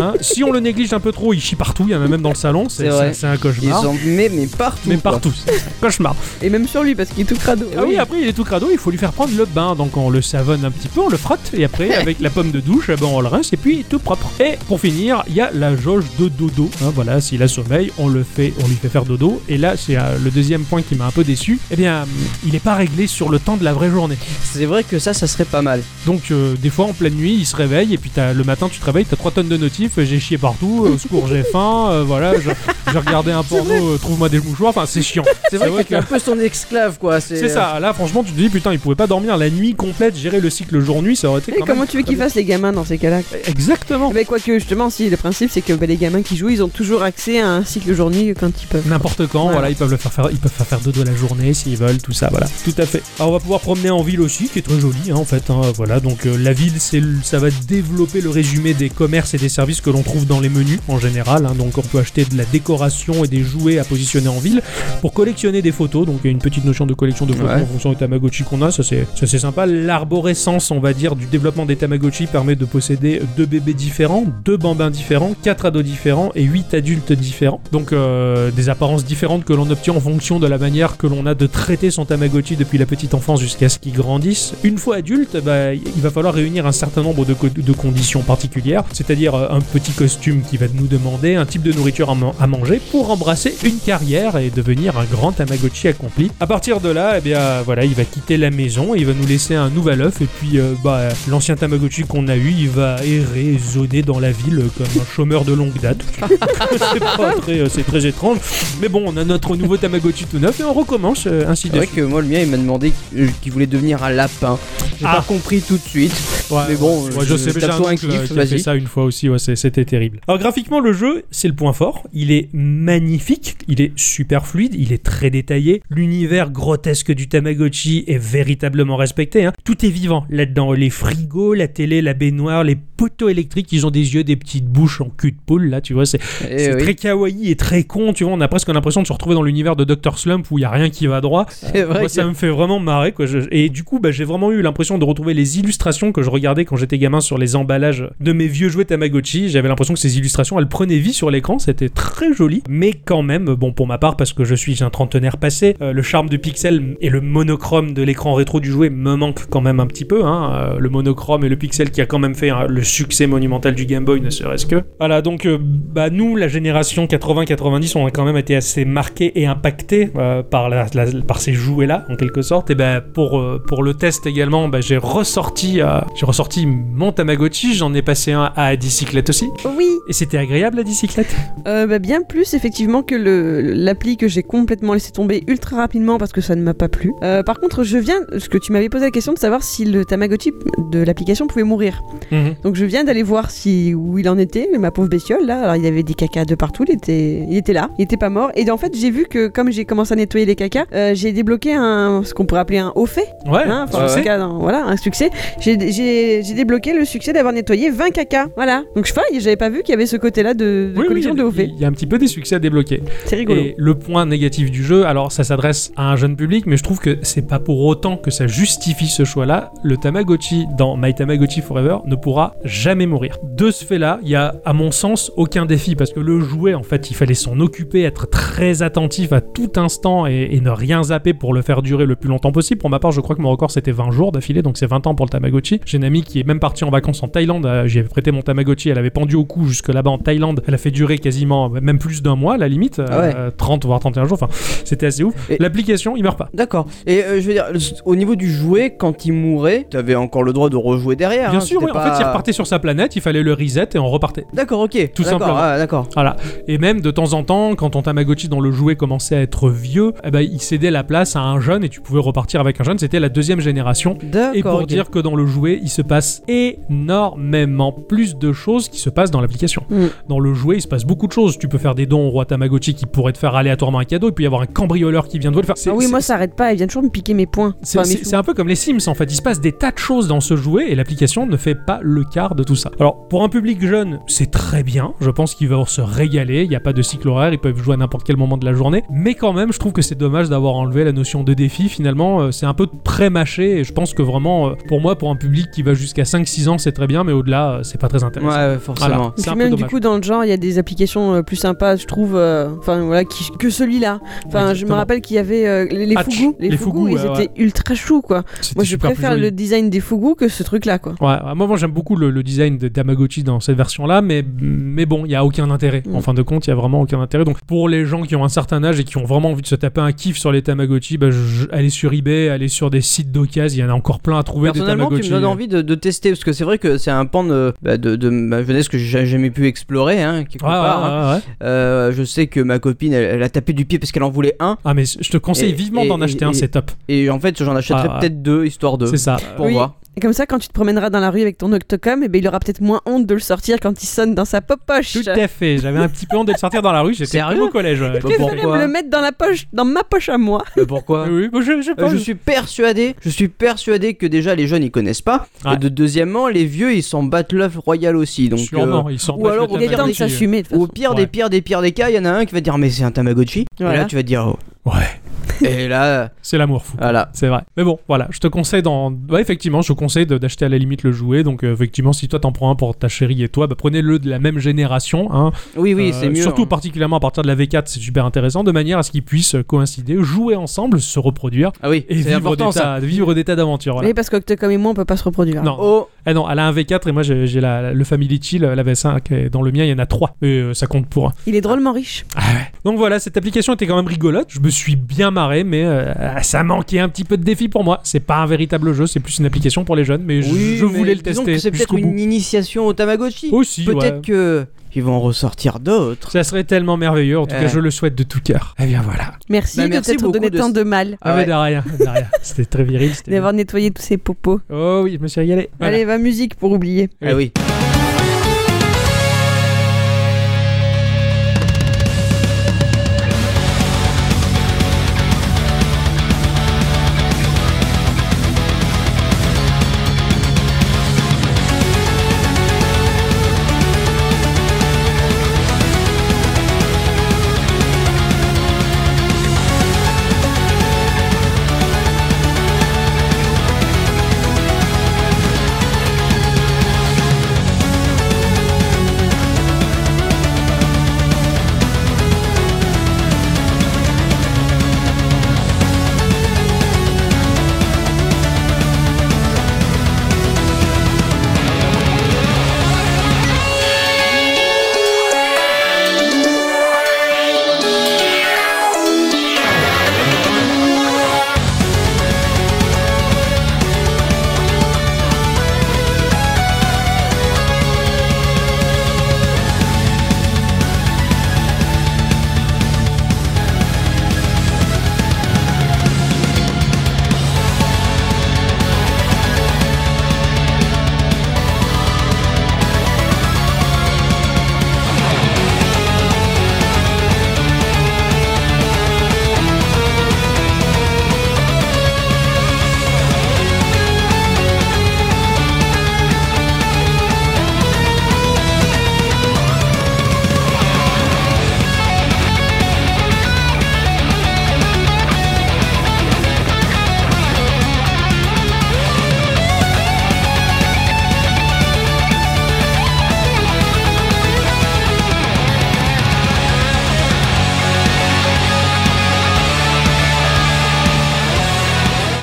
[SPEAKER 1] Hein, si on le néglige un peu trop, il chie partout, il y en a même dans le salon, c'est
[SPEAKER 2] C'est vrai.
[SPEAKER 1] c'est- c'est un
[SPEAKER 2] Ils
[SPEAKER 1] cauchemar.
[SPEAKER 2] en mettent mais partout.
[SPEAKER 1] hein Mais
[SPEAKER 2] quoi.
[SPEAKER 1] partout, c'est un cauchemar.
[SPEAKER 3] (laughs) Et même sur lui parce qu'il est tout crado.
[SPEAKER 1] Ah oui, après il est tout crado, il faut lui faire prendre le bain. Donc on le savonne un petit peu, on le frotte, et après avec la pomme de douche, eh ben, on le rince et puis tout propre. Et pour finir, il y a la jauge de dodo. Hein, voilà, s'il a sommeil, on le fait, on lui fait faire dodo. Et là, c'est euh, le deuxième point qui m'a un peu déçu. Eh bien, il n'est pas réglé sur le temps de la vraie journée.
[SPEAKER 2] C'est vrai que ça, ça serait pas mal.
[SPEAKER 1] Donc euh, des fois en pleine nuit, il se réveille et puis t'as- le matin tu te réveilles, t'as 3 tonnes de notifs, euh, j'ai chié partout, euh, au secours j'ai faim, euh, voilà, je- j'ai regardé un porno, euh, trouve-moi des mouchoirs, enfin c'est chiant.
[SPEAKER 2] C'est vrai,
[SPEAKER 1] C'est vrai
[SPEAKER 2] que t'es un peu son esclave, quoi. C'est euh,
[SPEAKER 1] C'est ça, là franchement tu te dis putain il pouvait pas dormir la nuit complète, gérer le cycle jour-nuit, ça aurait été
[SPEAKER 3] Et
[SPEAKER 1] quand même... Ah
[SPEAKER 3] comment tu veux qu'ils fassent les gamins dans ces cas-là
[SPEAKER 1] Exactement
[SPEAKER 3] Ben quoique justement si le principe c'est que ben, les gamins qui jouent ils ont toujours accès à un cycle journée quand ils peuvent.
[SPEAKER 1] N'importe quand, voilà.
[SPEAKER 3] Voilà.
[SPEAKER 1] ils peuvent le faire, faire ils peuvent faire, faire dodo la journée s'ils veulent, tout ça, voilà. Tout à fait. Alors on va pouvoir promener en ville aussi, qui est très jolie, hein, en fait. hein, voilà, donc euh, la ville, c'est, le- ça va développer le résumé des commerces et des services que l'on trouve dans les menus en général. hein. donc on peut acheter de la décoration et des jouets à positionner en ville pour collectionner des photos. Donc il y a une petite notion de collection de photos
[SPEAKER 2] Ouais.
[SPEAKER 1] en fonction des Tamagotchi qu'on a, ça c'est, ça, c'est sympa. L'arborescence, on va dire, du développement des Tamagotchi permet de posséder deux bébés différents, deux bambins différents, quatre ados différents et huit adultes différents. Donc euh, des apparences différentes que l'on obtient en fonction de la manière que l'on a de traiter son Tamagotchi depuis la petite enfance jusqu'à ce qu'il grandisse. Une fois adulte, bah, il va falloir réunir un certain nombre de, co- de conditions particulières, c'est-à-dire euh, un petit costume qui va nous demander un type de nourriture à, man- à manger pour embrasser une carrière et devenir un grand Tamagotchi accompli. À partir de là, eh bien voilà, il va quitter la maison, et il va nous laisser un nouvel œuf et puis euh, bah, l'ancien Tamagotchi qu'on a eu, il va errer, zoner dans la ville euh, comme un chômeur de longue date. (laughs) c'est pas très, euh, c'est très étrange, mais bon, on a notre nouveau Tamagotchi tout neuf et on recommence euh, ainsi
[SPEAKER 2] C'est
[SPEAKER 1] de
[SPEAKER 2] vrai
[SPEAKER 1] suite.
[SPEAKER 2] que moi, le mien, il m'a demandé euh, qu'il voulait devenir un lapin. J'ai
[SPEAKER 1] Ah.
[SPEAKER 2] pas compris tout de suite.
[SPEAKER 1] Ouais,
[SPEAKER 2] Mais bon,
[SPEAKER 1] ouais, je,
[SPEAKER 2] je-
[SPEAKER 1] sais,
[SPEAKER 2] je
[SPEAKER 1] j'ai un
[SPEAKER 2] tape toi un
[SPEAKER 1] oncle,
[SPEAKER 2] kiff,
[SPEAKER 1] euh, qui a
[SPEAKER 2] vas-y.
[SPEAKER 1] fait ça une fois aussi, ouais, c'est- c'était terrible. Alors graphiquement, le jeu, c'est le point fort. Il est magnifique, il est super fluide, il est très détaillé. L'univers grotesque du Tamagotchi est véritablement respecté. hein. Tout est vivant là-dedans. Les frigos, la télé, la baignoire, les poteaux électriques, ils ont des yeux, des petites bouches en cul de poule, là, tu vois, c'est
[SPEAKER 2] Eh
[SPEAKER 1] c'est
[SPEAKER 2] oui,
[SPEAKER 1] très kawaii et très con, tu vois. On a presque l'impression de se retrouver dans l'univers de Dr. Slump où il y a rien qui va droit.
[SPEAKER 2] C'est vrai
[SPEAKER 1] Moi,
[SPEAKER 2] que-
[SPEAKER 1] ça me fait vraiment marrer. Quoi. Je- et du coup, bah, j'ai vraiment eu l'impression de retrouver les illustrations que je regardais quand j'étais gamin sur les emballages de mes vieux jouets Tamagotchi. J'avais l'impression que ces illustrations, elles prenaient vie sur l'écran. C'était très joli. Mais quand même, bon, pour ma part, parce que je suis un trentenaire passé, euh, le charme du pixel et le monochrome de l'écran rétro du jouet me manquent quand même un petit peu. hein. Euh, le monochrome et le pixel qui a quand même fait hein, le succès monumental du Game Boy, ne serait-ce que. Voilà, donc, euh, bah, nous, la génération 80-90, on a quand même été assez marqués et impactés euh, par, la- la- par ces jouets-là, en quelque sorte. Et ben pour, euh, pour le test également, bah, j'ai ressorti, euh, j'ai ressorti mon Tamagotchi, j'en ai passé un à bicyclette aussi.
[SPEAKER 3] Oui.
[SPEAKER 1] Et c'était agréable la bicyclette
[SPEAKER 3] Euh, bah, bien plus effectivement que le- l'appli que j'ai complètement laissé tomber ultra rapidement parce que ça ne m'a pas plu. Euh, par
[SPEAKER 1] Mhm.
[SPEAKER 3] contre, je viens, ce que tu m'avais posé la question de savoir si le Tamagotchi de l'application pouvait mourir. Donc je viens d'aller voir si où il en était, mais ma pauvre bestiole là. Alors il y avait des cacas de partout, il était, il était là, il était pas mort. Et en fait, j'ai vu que comme j'ai commencé à nettoyer les cacas, euh, j'ai débloqué un ce qu'on pourrait appeler un haut fait.
[SPEAKER 1] Ouais.
[SPEAKER 3] Hein, enfin,
[SPEAKER 2] ouais,
[SPEAKER 3] en tout
[SPEAKER 2] ouais.
[SPEAKER 3] cas, dans- voilà, un succès. J'ai- J'ai j'ai débloqué le succès d'avoir nettoyé 20 cacas. Voilà. Donc je faille, j'avais pas vu qu'il y avait ce côté-là de, de
[SPEAKER 1] Oui, oui,
[SPEAKER 3] collection de haut
[SPEAKER 1] il
[SPEAKER 3] fait.
[SPEAKER 1] il y a un petit peu des succès à débloquer.
[SPEAKER 3] C'est rigolo.
[SPEAKER 1] Et le point négatif du jeu, alors ça s'adresse à un jeune public, mais je trouve que c'est pas pour autant que ça justifie ce choix-là. Le Tamagotchi dans My Tamagotchi Forever ne pourra jamais mourir. De ce fait-là, il y a, à mon sens, aucun défi parce que le jouet, en fait, il fallait s'en occuper, être très attentif à tout instant et, et ne rien zapper pour le faire durer le plus longtemps possible. Pour ma part, je crois que mon record c'était 20 jours d'affilée, donc c'est 20 ans pour le Tamagotchi. J'ai une amie qui est même partie en vacances en Thaïlande. euh, J'y avais prêté mon Tamagotchi, elle avait pendu au cou jusque là-bas en Thaïlande. Elle a fait durer quasiment, euh, même plus d'un mois, à la limite, euh,
[SPEAKER 2] Ah ouais.
[SPEAKER 1] euh, 30 voire 31 jours. Enfin, c'était assez ouf.
[SPEAKER 2] Et-
[SPEAKER 1] L'application, il meurt pas.
[SPEAKER 2] D'accord. Et euh, je veux dire, le- au niveau du jouet, quand il mourait, t'avais encore le droit de rejouer derrière.
[SPEAKER 1] Bien
[SPEAKER 2] hein,
[SPEAKER 1] sûr,
[SPEAKER 2] c'était
[SPEAKER 1] oui. En fait, il
[SPEAKER 2] pas-
[SPEAKER 1] repartait sur sa planète, il fallait le reset et on repartait.
[SPEAKER 2] D'accord, ok.
[SPEAKER 1] Tout
[SPEAKER 2] D'accord,
[SPEAKER 1] simplement.
[SPEAKER 2] Ah, d'accord.
[SPEAKER 1] Voilà. Et même de temps en temps, quand ton Tamagotchi dans le jouet commençait à être vieux, eh ben, il cédait la place à un jeune et tu pouvais repartir avec un jeune. C'était la deuxième génération.
[SPEAKER 2] D'accord.
[SPEAKER 1] Et pour
[SPEAKER 2] ok.
[SPEAKER 1] dire que dans le jouet, il se passe énormément plus de choses qui se passent dans l'application.
[SPEAKER 3] Mm.
[SPEAKER 1] Dans le jouet, il se passe beaucoup de choses. Tu peux faire des dons au roi Tamagotchi qui pourrait te faire aléatoirement un cadeau, et puis y avoir un cambrioleur qui vient de le faire. C'est-
[SPEAKER 3] Ah oui,
[SPEAKER 1] c'est-
[SPEAKER 3] moi ça arrête pas, elle vient toujours me piquer mes points.
[SPEAKER 1] c'est
[SPEAKER 3] Enfin, mes
[SPEAKER 1] c'est-
[SPEAKER 3] sous.
[SPEAKER 1] c'est un peu comme les Sims en fait, il se passe des tas de choses dans ce jouet et l'application ne fait pas le quart de tout ça. Alors pour un public jeune, c'est très bien, je pense qu'ils vont se régaler, il n'y a pas de cycle horaire, ils peuvent jouer à n'importe quel moment de la journée, mais quand même je trouve que c'est dommage d'avoir enlevé la notion de défi finalement, euh, c'est un peu très mâché et je pense que vraiment euh, pour moi, pour un public qui va jusqu'à 5-6 ans c'est très bien, mais au-delà euh, c'est pas très
[SPEAKER 2] Ouais,
[SPEAKER 1] intéressant.
[SPEAKER 2] ouais, forcément.
[SPEAKER 1] Voilà.
[SPEAKER 3] Et
[SPEAKER 1] C'est
[SPEAKER 3] puis
[SPEAKER 1] un peu
[SPEAKER 3] même du
[SPEAKER 1] dommage.
[SPEAKER 3] coup dans le genre il y a des applications euh, plus sympas je trouve euh, enfin voilà qui- que celui-là enfin je me
[SPEAKER 1] Exactement.
[SPEAKER 3] rappelle qu'il y avait euh, les, les
[SPEAKER 1] Ah, tch,
[SPEAKER 3] fougous les,
[SPEAKER 1] les
[SPEAKER 3] fougous,
[SPEAKER 1] Fugu,
[SPEAKER 3] ils
[SPEAKER 1] ouais,
[SPEAKER 3] étaient ultra choux quoi
[SPEAKER 1] C'était
[SPEAKER 3] moi je
[SPEAKER 1] super plus
[SPEAKER 3] préfère
[SPEAKER 1] joli.
[SPEAKER 3] le design des fougous que ce truc là quoi
[SPEAKER 1] Ouais, ouais, moi, moi, j'aime beaucoup le, le design de Tamagotchi dans cette version-là, mais, mais bon, il n'y a aucun intérêt. En
[SPEAKER 3] Mm.
[SPEAKER 1] fin de compte, il n'y a vraiment aucun intérêt. Donc pour les gens qui ont un certain âge et qui ont vraiment envie de se taper un kiff sur les Tamagotchi, bah, je- allez sur eBay, allez sur des sites d'occasion, il y en a encore plein à trouver des
[SPEAKER 2] Personnellement,
[SPEAKER 1] Tamagotchi.
[SPEAKER 2] tu me donnes envie de, de tester parce que c'est vrai que c'est un pan de, bah, de, de ma jeunesse que j'ai jamais pu explorer. Hein, quelque
[SPEAKER 1] Ouais, ouais,
[SPEAKER 2] part,
[SPEAKER 1] ouais,
[SPEAKER 2] hein.
[SPEAKER 1] ouais.
[SPEAKER 2] Euh, je sais que ma copine, elle, elle a tapé du pied parce qu'elle en voulait un,
[SPEAKER 1] Ah, mais je te conseille
[SPEAKER 2] Et-
[SPEAKER 1] vivement
[SPEAKER 2] et-
[SPEAKER 1] d'en
[SPEAKER 2] et-
[SPEAKER 1] acheter un,
[SPEAKER 2] et-
[SPEAKER 1] c'est top.
[SPEAKER 2] et en fait, j'en achèterai
[SPEAKER 1] Ah, ouais.
[SPEAKER 2] peut-être deux, histoire de.
[SPEAKER 1] C'est ça.
[SPEAKER 2] Pour
[SPEAKER 3] Oui.
[SPEAKER 2] voir.
[SPEAKER 3] et comme ça quand tu te promèneras dans la rue avec ton octocom et ben il aura peut-être moins honte de le sortir quand il sonne dans sa pop poche
[SPEAKER 1] Tout à fait. J'avais un petit peu honte de le sortir dans la rue, j'étais
[SPEAKER 2] Sérieux
[SPEAKER 1] au collège. ouais.
[SPEAKER 2] Je
[SPEAKER 3] je
[SPEAKER 2] Pourquoi
[SPEAKER 3] vais me le mettre dans la poche dans ma poche à moi
[SPEAKER 2] Mais pourquoi
[SPEAKER 1] Oui, bon, je, je
[SPEAKER 2] Euh,
[SPEAKER 1] pense.
[SPEAKER 2] je suis persuadé, je suis persuadé que déjà les jeunes ils connaissent pas,
[SPEAKER 1] Ouais.
[SPEAKER 2] et de deuxièmement les vieux ils s'en battent l'œuf royal aussi. Donc
[SPEAKER 1] Sûrement, ils sont
[SPEAKER 2] ou
[SPEAKER 1] pas
[SPEAKER 2] alors,
[SPEAKER 1] sur
[SPEAKER 2] au
[SPEAKER 1] le
[SPEAKER 3] il est temps de
[SPEAKER 2] Tamagotchi.
[SPEAKER 1] Tamagotchi.
[SPEAKER 3] s'assumer de toute
[SPEAKER 2] euh, au
[SPEAKER 3] façon.
[SPEAKER 2] pire
[SPEAKER 1] Ouais.
[SPEAKER 2] des pires des pires des cas, il y en a un qui va dire mais c'est un Tamagotchi. Et
[SPEAKER 3] Voilà.
[SPEAKER 2] là tu vas dire oh.
[SPEAKER 1] Ouais.
[SPEAKER 2] Et là
[SPEAKER 1] C'est l'amour fou.
[SPEAKER 2] voilà.
[SPEAKER 1] C'est vrai. Mais bon, voilà, je te conseille dans. Ouais, effectivement, je te conseille de- d'acheter à la limite le jouet. Donc, euh, effectivement, si toi t'en prends un pour ta chérie et toi, bah, prenez-le de la même génération. Hein.
[SPEAKER 2] Oui oui
[SPEAKER 1] Euh,
[SPEAKER 2] c'est mieux.
[SPEAKER 1] Surtout
[SPEAKER 2] hein.
[SPEAKER 1] particulièrement à partir de la V4, c'est super intéressant, de manière à ce qu'ils puissent euh, coïncider, jouer ensemble, se reproduire
[SPEAKER 2] Ah oui.
[SPEAKER 1] et
[SPEAKER 2] C'est
[SPEAKER 1] vivre des,
[SPEAKER 2] important ça. Eh
[SPEAKER 1] tas, vivre des tas d'aventures. voilà.
[SPEAKER 3] oui parce qu'octocom et moi on peut pas se reproduire hein.
[SPEAKER 1] Non.
[SPEAKER 2] Oh
[SPEAKER 1] Ah non, elle a un V4 et moi j'ai j'ai la- le Family Chill, la V5, et dans le mien il y en a 3. Et euh, ça compte pour un.
[SPEAKER 3] il est drôlement riche
[SPEAKER 2] Ah
[SPEAKER 1] Donc voilà, cette application était quand même rigolote. Je me suis bien marré, mais euh, ça manquait un petit peu de défi pour moi. C'est pas un véritable jeu, c'est plus une application pour les jeunes, mais je-
[SPEAKER 2] oui,
[SPEAKER 1] je
[SPEAKER 2] mais
[SPEAKER 1] voulais le
[SPEAKER 2] disons
[SPEAKER 1] tester
[SPEAKER 2] que C'est
[SPEAKER 1] jusqu'au
[SPEAKER 2] peut-être
[SPEAKER 1] bout.
[SPEAKER 2] une initiation au Tamagotchi.
[SPEAKER 1] Aussi,
[SPEAKER 2] peut-être
[SPEAKER 1] ouais.
[SPEAKER 2] que ils vont en ressortir d'autres.
[SPEAKER 1] Ça serait tellement merveilleux. En tout
[SPEAKER 2] Ouais.
[SPEAKER 1] cas, je le souhaite de tout cœur. Eh bien voilà.
[SPEAKER 3] merci
[SPEAKER 2] Bah,
[SPEAKER 3] de
[SPEAKER 2] merci
[SPEAKER 3] t'être
[SPEAKER 2] beaucoup
[SPEAKER 3] donné
[SPEAKER 2] de
[SPEAKER 3] tant
[SPEAKER 2] ce-
[SPEAKER 3] de
[SPEAKER 1] Ah,
[SPEAKER 3] mal
[SPEAKER 2] Ah
[SPEAKER 1] mais
[SPEAKER 2] ouais.
[SPEAKER 1] de rien, de
[SPEAKER 2] (laughs)
[SPEAKER 1] rien. C'était très viril. c'était
[SPEAKER 3] d'avoir nettoyé tous ses popos
[SPEAKER 1] bien. Oh oui, je me suis régalé. Voilà.
[SPEAKER 3] allez va musique pour oublier
[SPEAKER 2] Ah oui.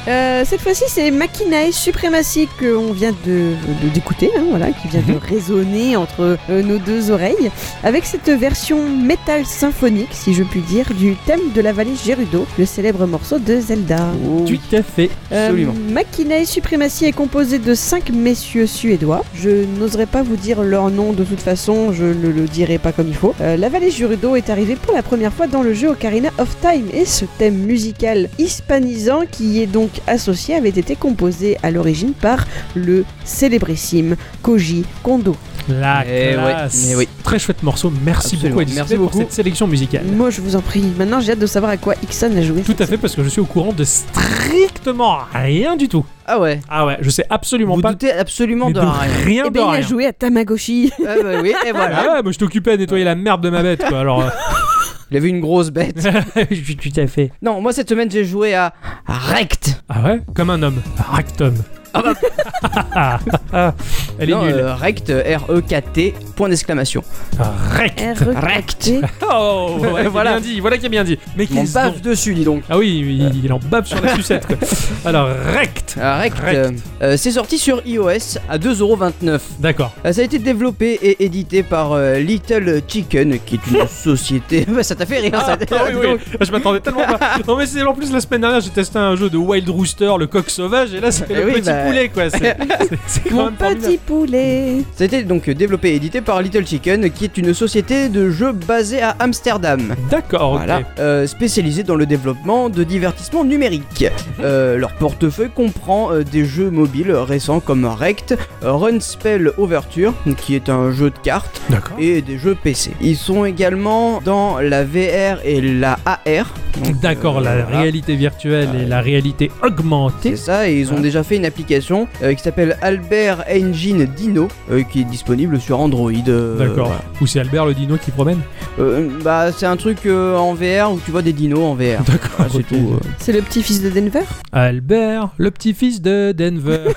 [SPEAKER 3] Euh, cette fois-ci, c'est Machinae Supremacy qu'on vient de de- d'écouter, hein, voilà, qui vient
[SPEAKER 2] Mhm.
[SPEAKER 3] de résonner entre euh, nos deux oreilles, avec cette version métal symphonique, si je puis dire, du thème de la vallée Gerudo, le célèbre morceau de Zelda.
[SPEAKER 2] Oh.
[SPEAKER 1] Tout à fait.
[SPEAKER 2] Absolument.
[SPEAKER 3] Euh, Machinae Supremacy est composé de cinq messieurs suédois. Je n'oserais pas vous dire leur nom de toute façon, je ne le dirai pas comme il faut. Euh, la vallée Gerudo est arrivée pour la première fois dans le jeu Ocarina of Time et ce thème musical hispanisant qui y est donc associé avait été composé à l'origine par le célébrissime Koji Kondo.
[SPEAKER 1] La
[SPEAKER 2] Eh ouais,
[SPEAKER 1] classe.
[SPEAKER 2] mais oui.
[SPEAKER 1] Très chouette morceau. Merci
[SPEAKER 2] Absolument.
[SPEAKER 1] beaucoup, Edith
[SPEAKER 2] Merci
[SPEAKER 1] Smith,
[SPEAKER 2] beaucoup.
[SPEAKER 1] pour cette sélection musicale.
[SPEAKER 3] Moi je vous en prie, maintenant j'ai hâte de savoir à quoi Ixon a joué.
[SPEAKER 1] Tout à fait, parce que je suis au courant de strictement rien du tout.
[SPEAKER 2] Ah ouais.
[SPEAKER 1] Ah ouais, je sais absolument
[SPEAKER 2] Vous
[SPEAKER 1] pas.
[SPEAKER 2] doutez absolument
[SPEAKER 1] mais
[SPEAKER 2] de
[SPEAKER 1] de
[SPEAKER 2] rien.
[SPEAKER 1] rien de
[SPEAKER 3] Et Eh bien il
[SPEAKER 1] rien.
[SPEAKER 3] a joué
[SPEAKER 1] (laughs)
[SPEAKER 3] à Tamagoshi.
[SPEAKER 2] Ah bah oui, et voilà.
[SPEAKER 1] Ah ouais, moi je t'occupais à nettoyer la merde de ma bête, quoi. Alors, euh,
[SPEAKER 2] Il avait une grosse bête.
[SPEAKER 1] (laughs) je suis tout à fait.
[SPEAKER 2] Non, moi cette semaine j'ai joué à Rect.
[SPEAKER 1] Ah ouais Comme un homme. Ractum. bah. (laughs) Elle est
[SPEAKER 2] non,
[SPEAKER 1] nulle.
[SPEAKER 2] euh, Rect, R-E-K-T, point d'exclamation.
[SPEAKER 1] Rect.
[SPEAKER 2] Rect.
[SPEAKER 1] (laughs) Oh, ouais, c'est
[SPEAKER 2] Voilà.
[SPEAKER 1] bien dit, voilà qui est bien dit. Mais
[SPEAKER 2] Mon
[SPEAKER 1] qu'ils ont-
[SPEAKER 2] bave dessus, dis donc.
[SPEAKER 1] Ah oui, il, il en bave sur la sucette, (laughs) quoi. Alors, Rect.
[SPEAKER 2] Ah, Rect,
[SPEAKER 1] Rect.
[SPEAKER 2] euh, euh, c'est sorti sur iOS à 2,29€.
[SPEAKER 1] D'accord.
[SPEAKER 2] Euh, Ça a été développé et édité par euh, Little Chicken, qui est
[SPEAKER 1] (laughs)
[SPEAKER 2] une société. (laughs) Bah, ça t'a fait rire, ça.
[SPEAKER 1] Ah oui, oui. Je m'attendais tellement pas. Non, mais c'est en plus la semaine dernière, j'ai testé un jeu de Wild Rooster, le coq sauvage, et là c'était
[SPEAKER 2] Eh
[SPEAKER 1] le
[SPEAKER 2] oui,
[SPEAKER 1] petit
[SPEAKER 2] bah.
[SPEAKER 1] poulet, quoi. C'est (laughs) c'est- c'est quand
[SPEAKER 3] Mon
[SPEAKER 1] même formidable.
[SPEAKER 3] petit poulet.
[SPEAKER 2] Ça a été donc développé et édité par Little Chicken, qui est une société de jeux basée à Amsterdam.
[SPEAKER 1] D'accord, ok.
[SPEAKER 2] Voilà, euh, spécialisée dans le développement de
[SPEAKER 1] (laughs)
[SPEAKER 2] divertissements numériques. Euh, leur portefeuille comprend euh, des jeux mobiles récents comme Rect, Runspell Overture, qui est un jeu de cartes,
[SPEAKER 1] D'accord.
[SPEAKER 2] et des jeux PC. Ils sont également dans la VR et la AR. Donc,
[SPEAKER 1] D'accord,
[SPEAKER 2] euh,
[SPEAKER 1] la
[SPEAKER 2] voilà. Ah,
[SPEAKER 1] réalité virtuelle et la réalité augmentée.
[SPEAKER 2] C'est ça, et ils
[SPEAKER 1] Ah.
[SPEAKER 2] ont déjà fait une application euh, qui s'appelle Albert Engine Dino, euh, qui est disponible sur Android. euh,
[SPEAKER 1] D'accord.
[SPEAKER 2] voilà.
[SPEAKER 1] Ou c'est Albert le dino qui
[SPEAKER 2] (laughs)
[SPEAKER 1] promène
[SPEAKER 2] Euh, bah, c'est un truc euh, en VR où tu vois des dinos
[SPEAKER 1] (laughs)
[SPEAKER 2] en VR.
[SPEAKER 1] D'accord.
[SPEAKER 2] Ah, c'est
[SPEAKER 1] ok.
[SPEAKER 2] tout. euh.
[SPEAKER 3] C'est le petit-fils de Denver
[SPEAKER 1] Albert, le petit-fils de
[SPEAKER 2] (laughs)
[SPEAKER 1] Denver.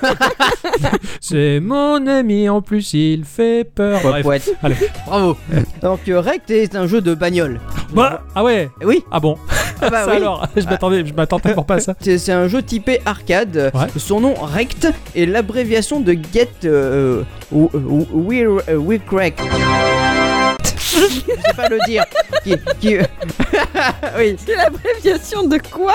[SPEAKER 1] c'est mon ami, en plus il fait peur. Bref.
[SPEAKER 2] euh, Poète.
[SPEAKER 1] allez.
[SPEAKER 2] (laughs) Bravo. Donc euh, Rect est un jeu de bagnole. Eh
[SPEAKER 1] Bah, ah ouais
[SPEAKER 2] Oui.
[SPEAKER 1] Ah bon
[SPEAKER 2] Ah bah
[SPEAKER 1] Ça
[SPEAKER 2] oui.
[SPEAKER 1] alors Je m'attendais, je m'attendais pour pas à ça.
[SPEAKER 2] C'est c'est un jeu typé arcade.
[SPEAKER 1] Ouais.
[SPEAKER 2] Son nom Rect est l'abréviation de Get euh, ou- ou- We're euh, We're Crack. Je sais pas le dire. Qui, qui- (laughs) oui.
[SPEAKER 3] C'est l'abréviation de quoi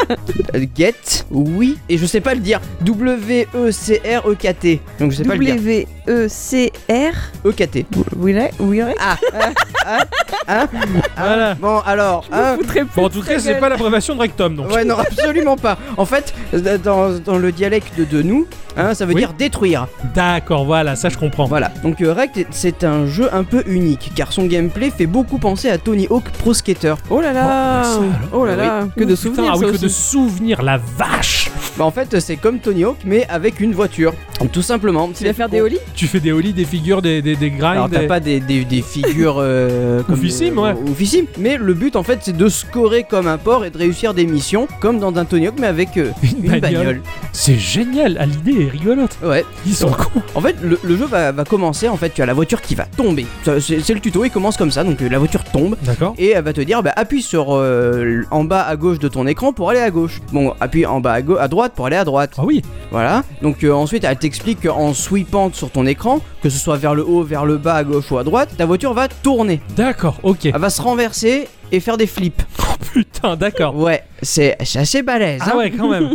[SPEAKER 2] Euh, Get, oui, et je sais pas le dire. W E C R E K T. Donc je sais pas le dire.
[SPEAKER 3] W-E-C-R.
[SPEAKER 2] E K T.
[SPEAKER 3] Will oui, oui.
[SPEAKER 2] Ah. hein, hein, hein.
[SPEAKER 1] Voilà.
[SPEAKER 2] Bon alors.
[SPEAKER 3] Ah.
[SPEAKER 2] hein.
[SPEAKER 1] Bon, en tout cas, c'est pas l'approbation de rectum, donc.
[SPEAKER 2] Ouais non absolument pas. En fait, euh, dans, dans le dialecte de, de nous, hein, ça veut
[SPEAKER 1] Oui.
[SPEAKER 2] dire détruire.
[SPEAKER 1] D'accord, voilà, ça je comprends.
[SPEAKER 2] Voilà, donc euh, Rect est- c'est un jeu un peu unique car son gameplay fait beaucoup penser à Tony Hawk Pro Skater.
[SPEAKER 3] Oh là là
[SPEAKER 1] Oh, bah ça, alors.
[SPEAKER 3] Oh là là Que de
[SPEAKER 1] Putain,
[SPEAKER 3] souvenirs
[SPEAKER 1] ah oui,
[SPEAKER 3] ça
[SPEAKER 1] que de
[SPEAKER 3] aussi.
[SPEAKER 1] souvenirs, la vache
[SPEAKER 2] Bah en fait c'est comme Tony Hawk mais avec une voiture. Donc, tout simplement.
[SPEAKER 3] Tu vas faire des ollies
[SPEAKER 1] Tu fais des holis, des figures, des, des, des grinds.
[SPEAKER 2] Alors t'as
[SPEAKER 1] Ah, des-
[SPEAKER 2] pas des, des- des figures
[SPEAKER 1] (laughs)
[SPEAKER 2] euh, comme
[SPEAKER 1] Oufissimes, ouais.
[SPEAKER 2] oufissimes, mais le but en fait c'est de scorer comme un port et de réussir des missions comme dans un Tony Hawk mais avec euh,
[SPEAKER 1] (laughs) Une bagnole.
[SPEAKER 2] une bagnole.
[SPEAKER 1] C'est génial, ah, l'idée est rigolote.
[SPEAKER 2] Ouais.
[SPEAKER 1] Ils sont cons.
[SPEAKER 2] En fait le, le jeu va, va commencer en fait tu as la voiture qui va tomber. Ça, C'est c'est le tuto il commence comme ça donc euh, la voiture tombe
[SPEAKER 1] D'accord.
[SPEAKER 2] et elle va te dire bah, appuie sur euh, l- en bas à gauche de ton écran pour aller à gauche. Bon, appuie en bas à, gau- à droite pour aller à droite.
[SPEAKER 1] Ah oui,
[SPEAKER 2] Voilà. Donc euh, ensuite, elle t'explique qu'en sweepant sur ton écran, que ce soit vers le haut, vers le bas, à gauche ou à droite, ta voiture va
[SPEAKER 1] (laughs)
[SPEAKER 2] tourner.
[SPEAKER 1] d'accord, ok. Oh,
[SPEAKER 2] Elle va se renverser et faire des flips.
[SPEAKER 1] Putain, d'accord.
[SPEAKER 2] Ouais, c'est (laughs) c'est assez balèze. hein.
[SPEAKER 1] Ah ouais, quand même.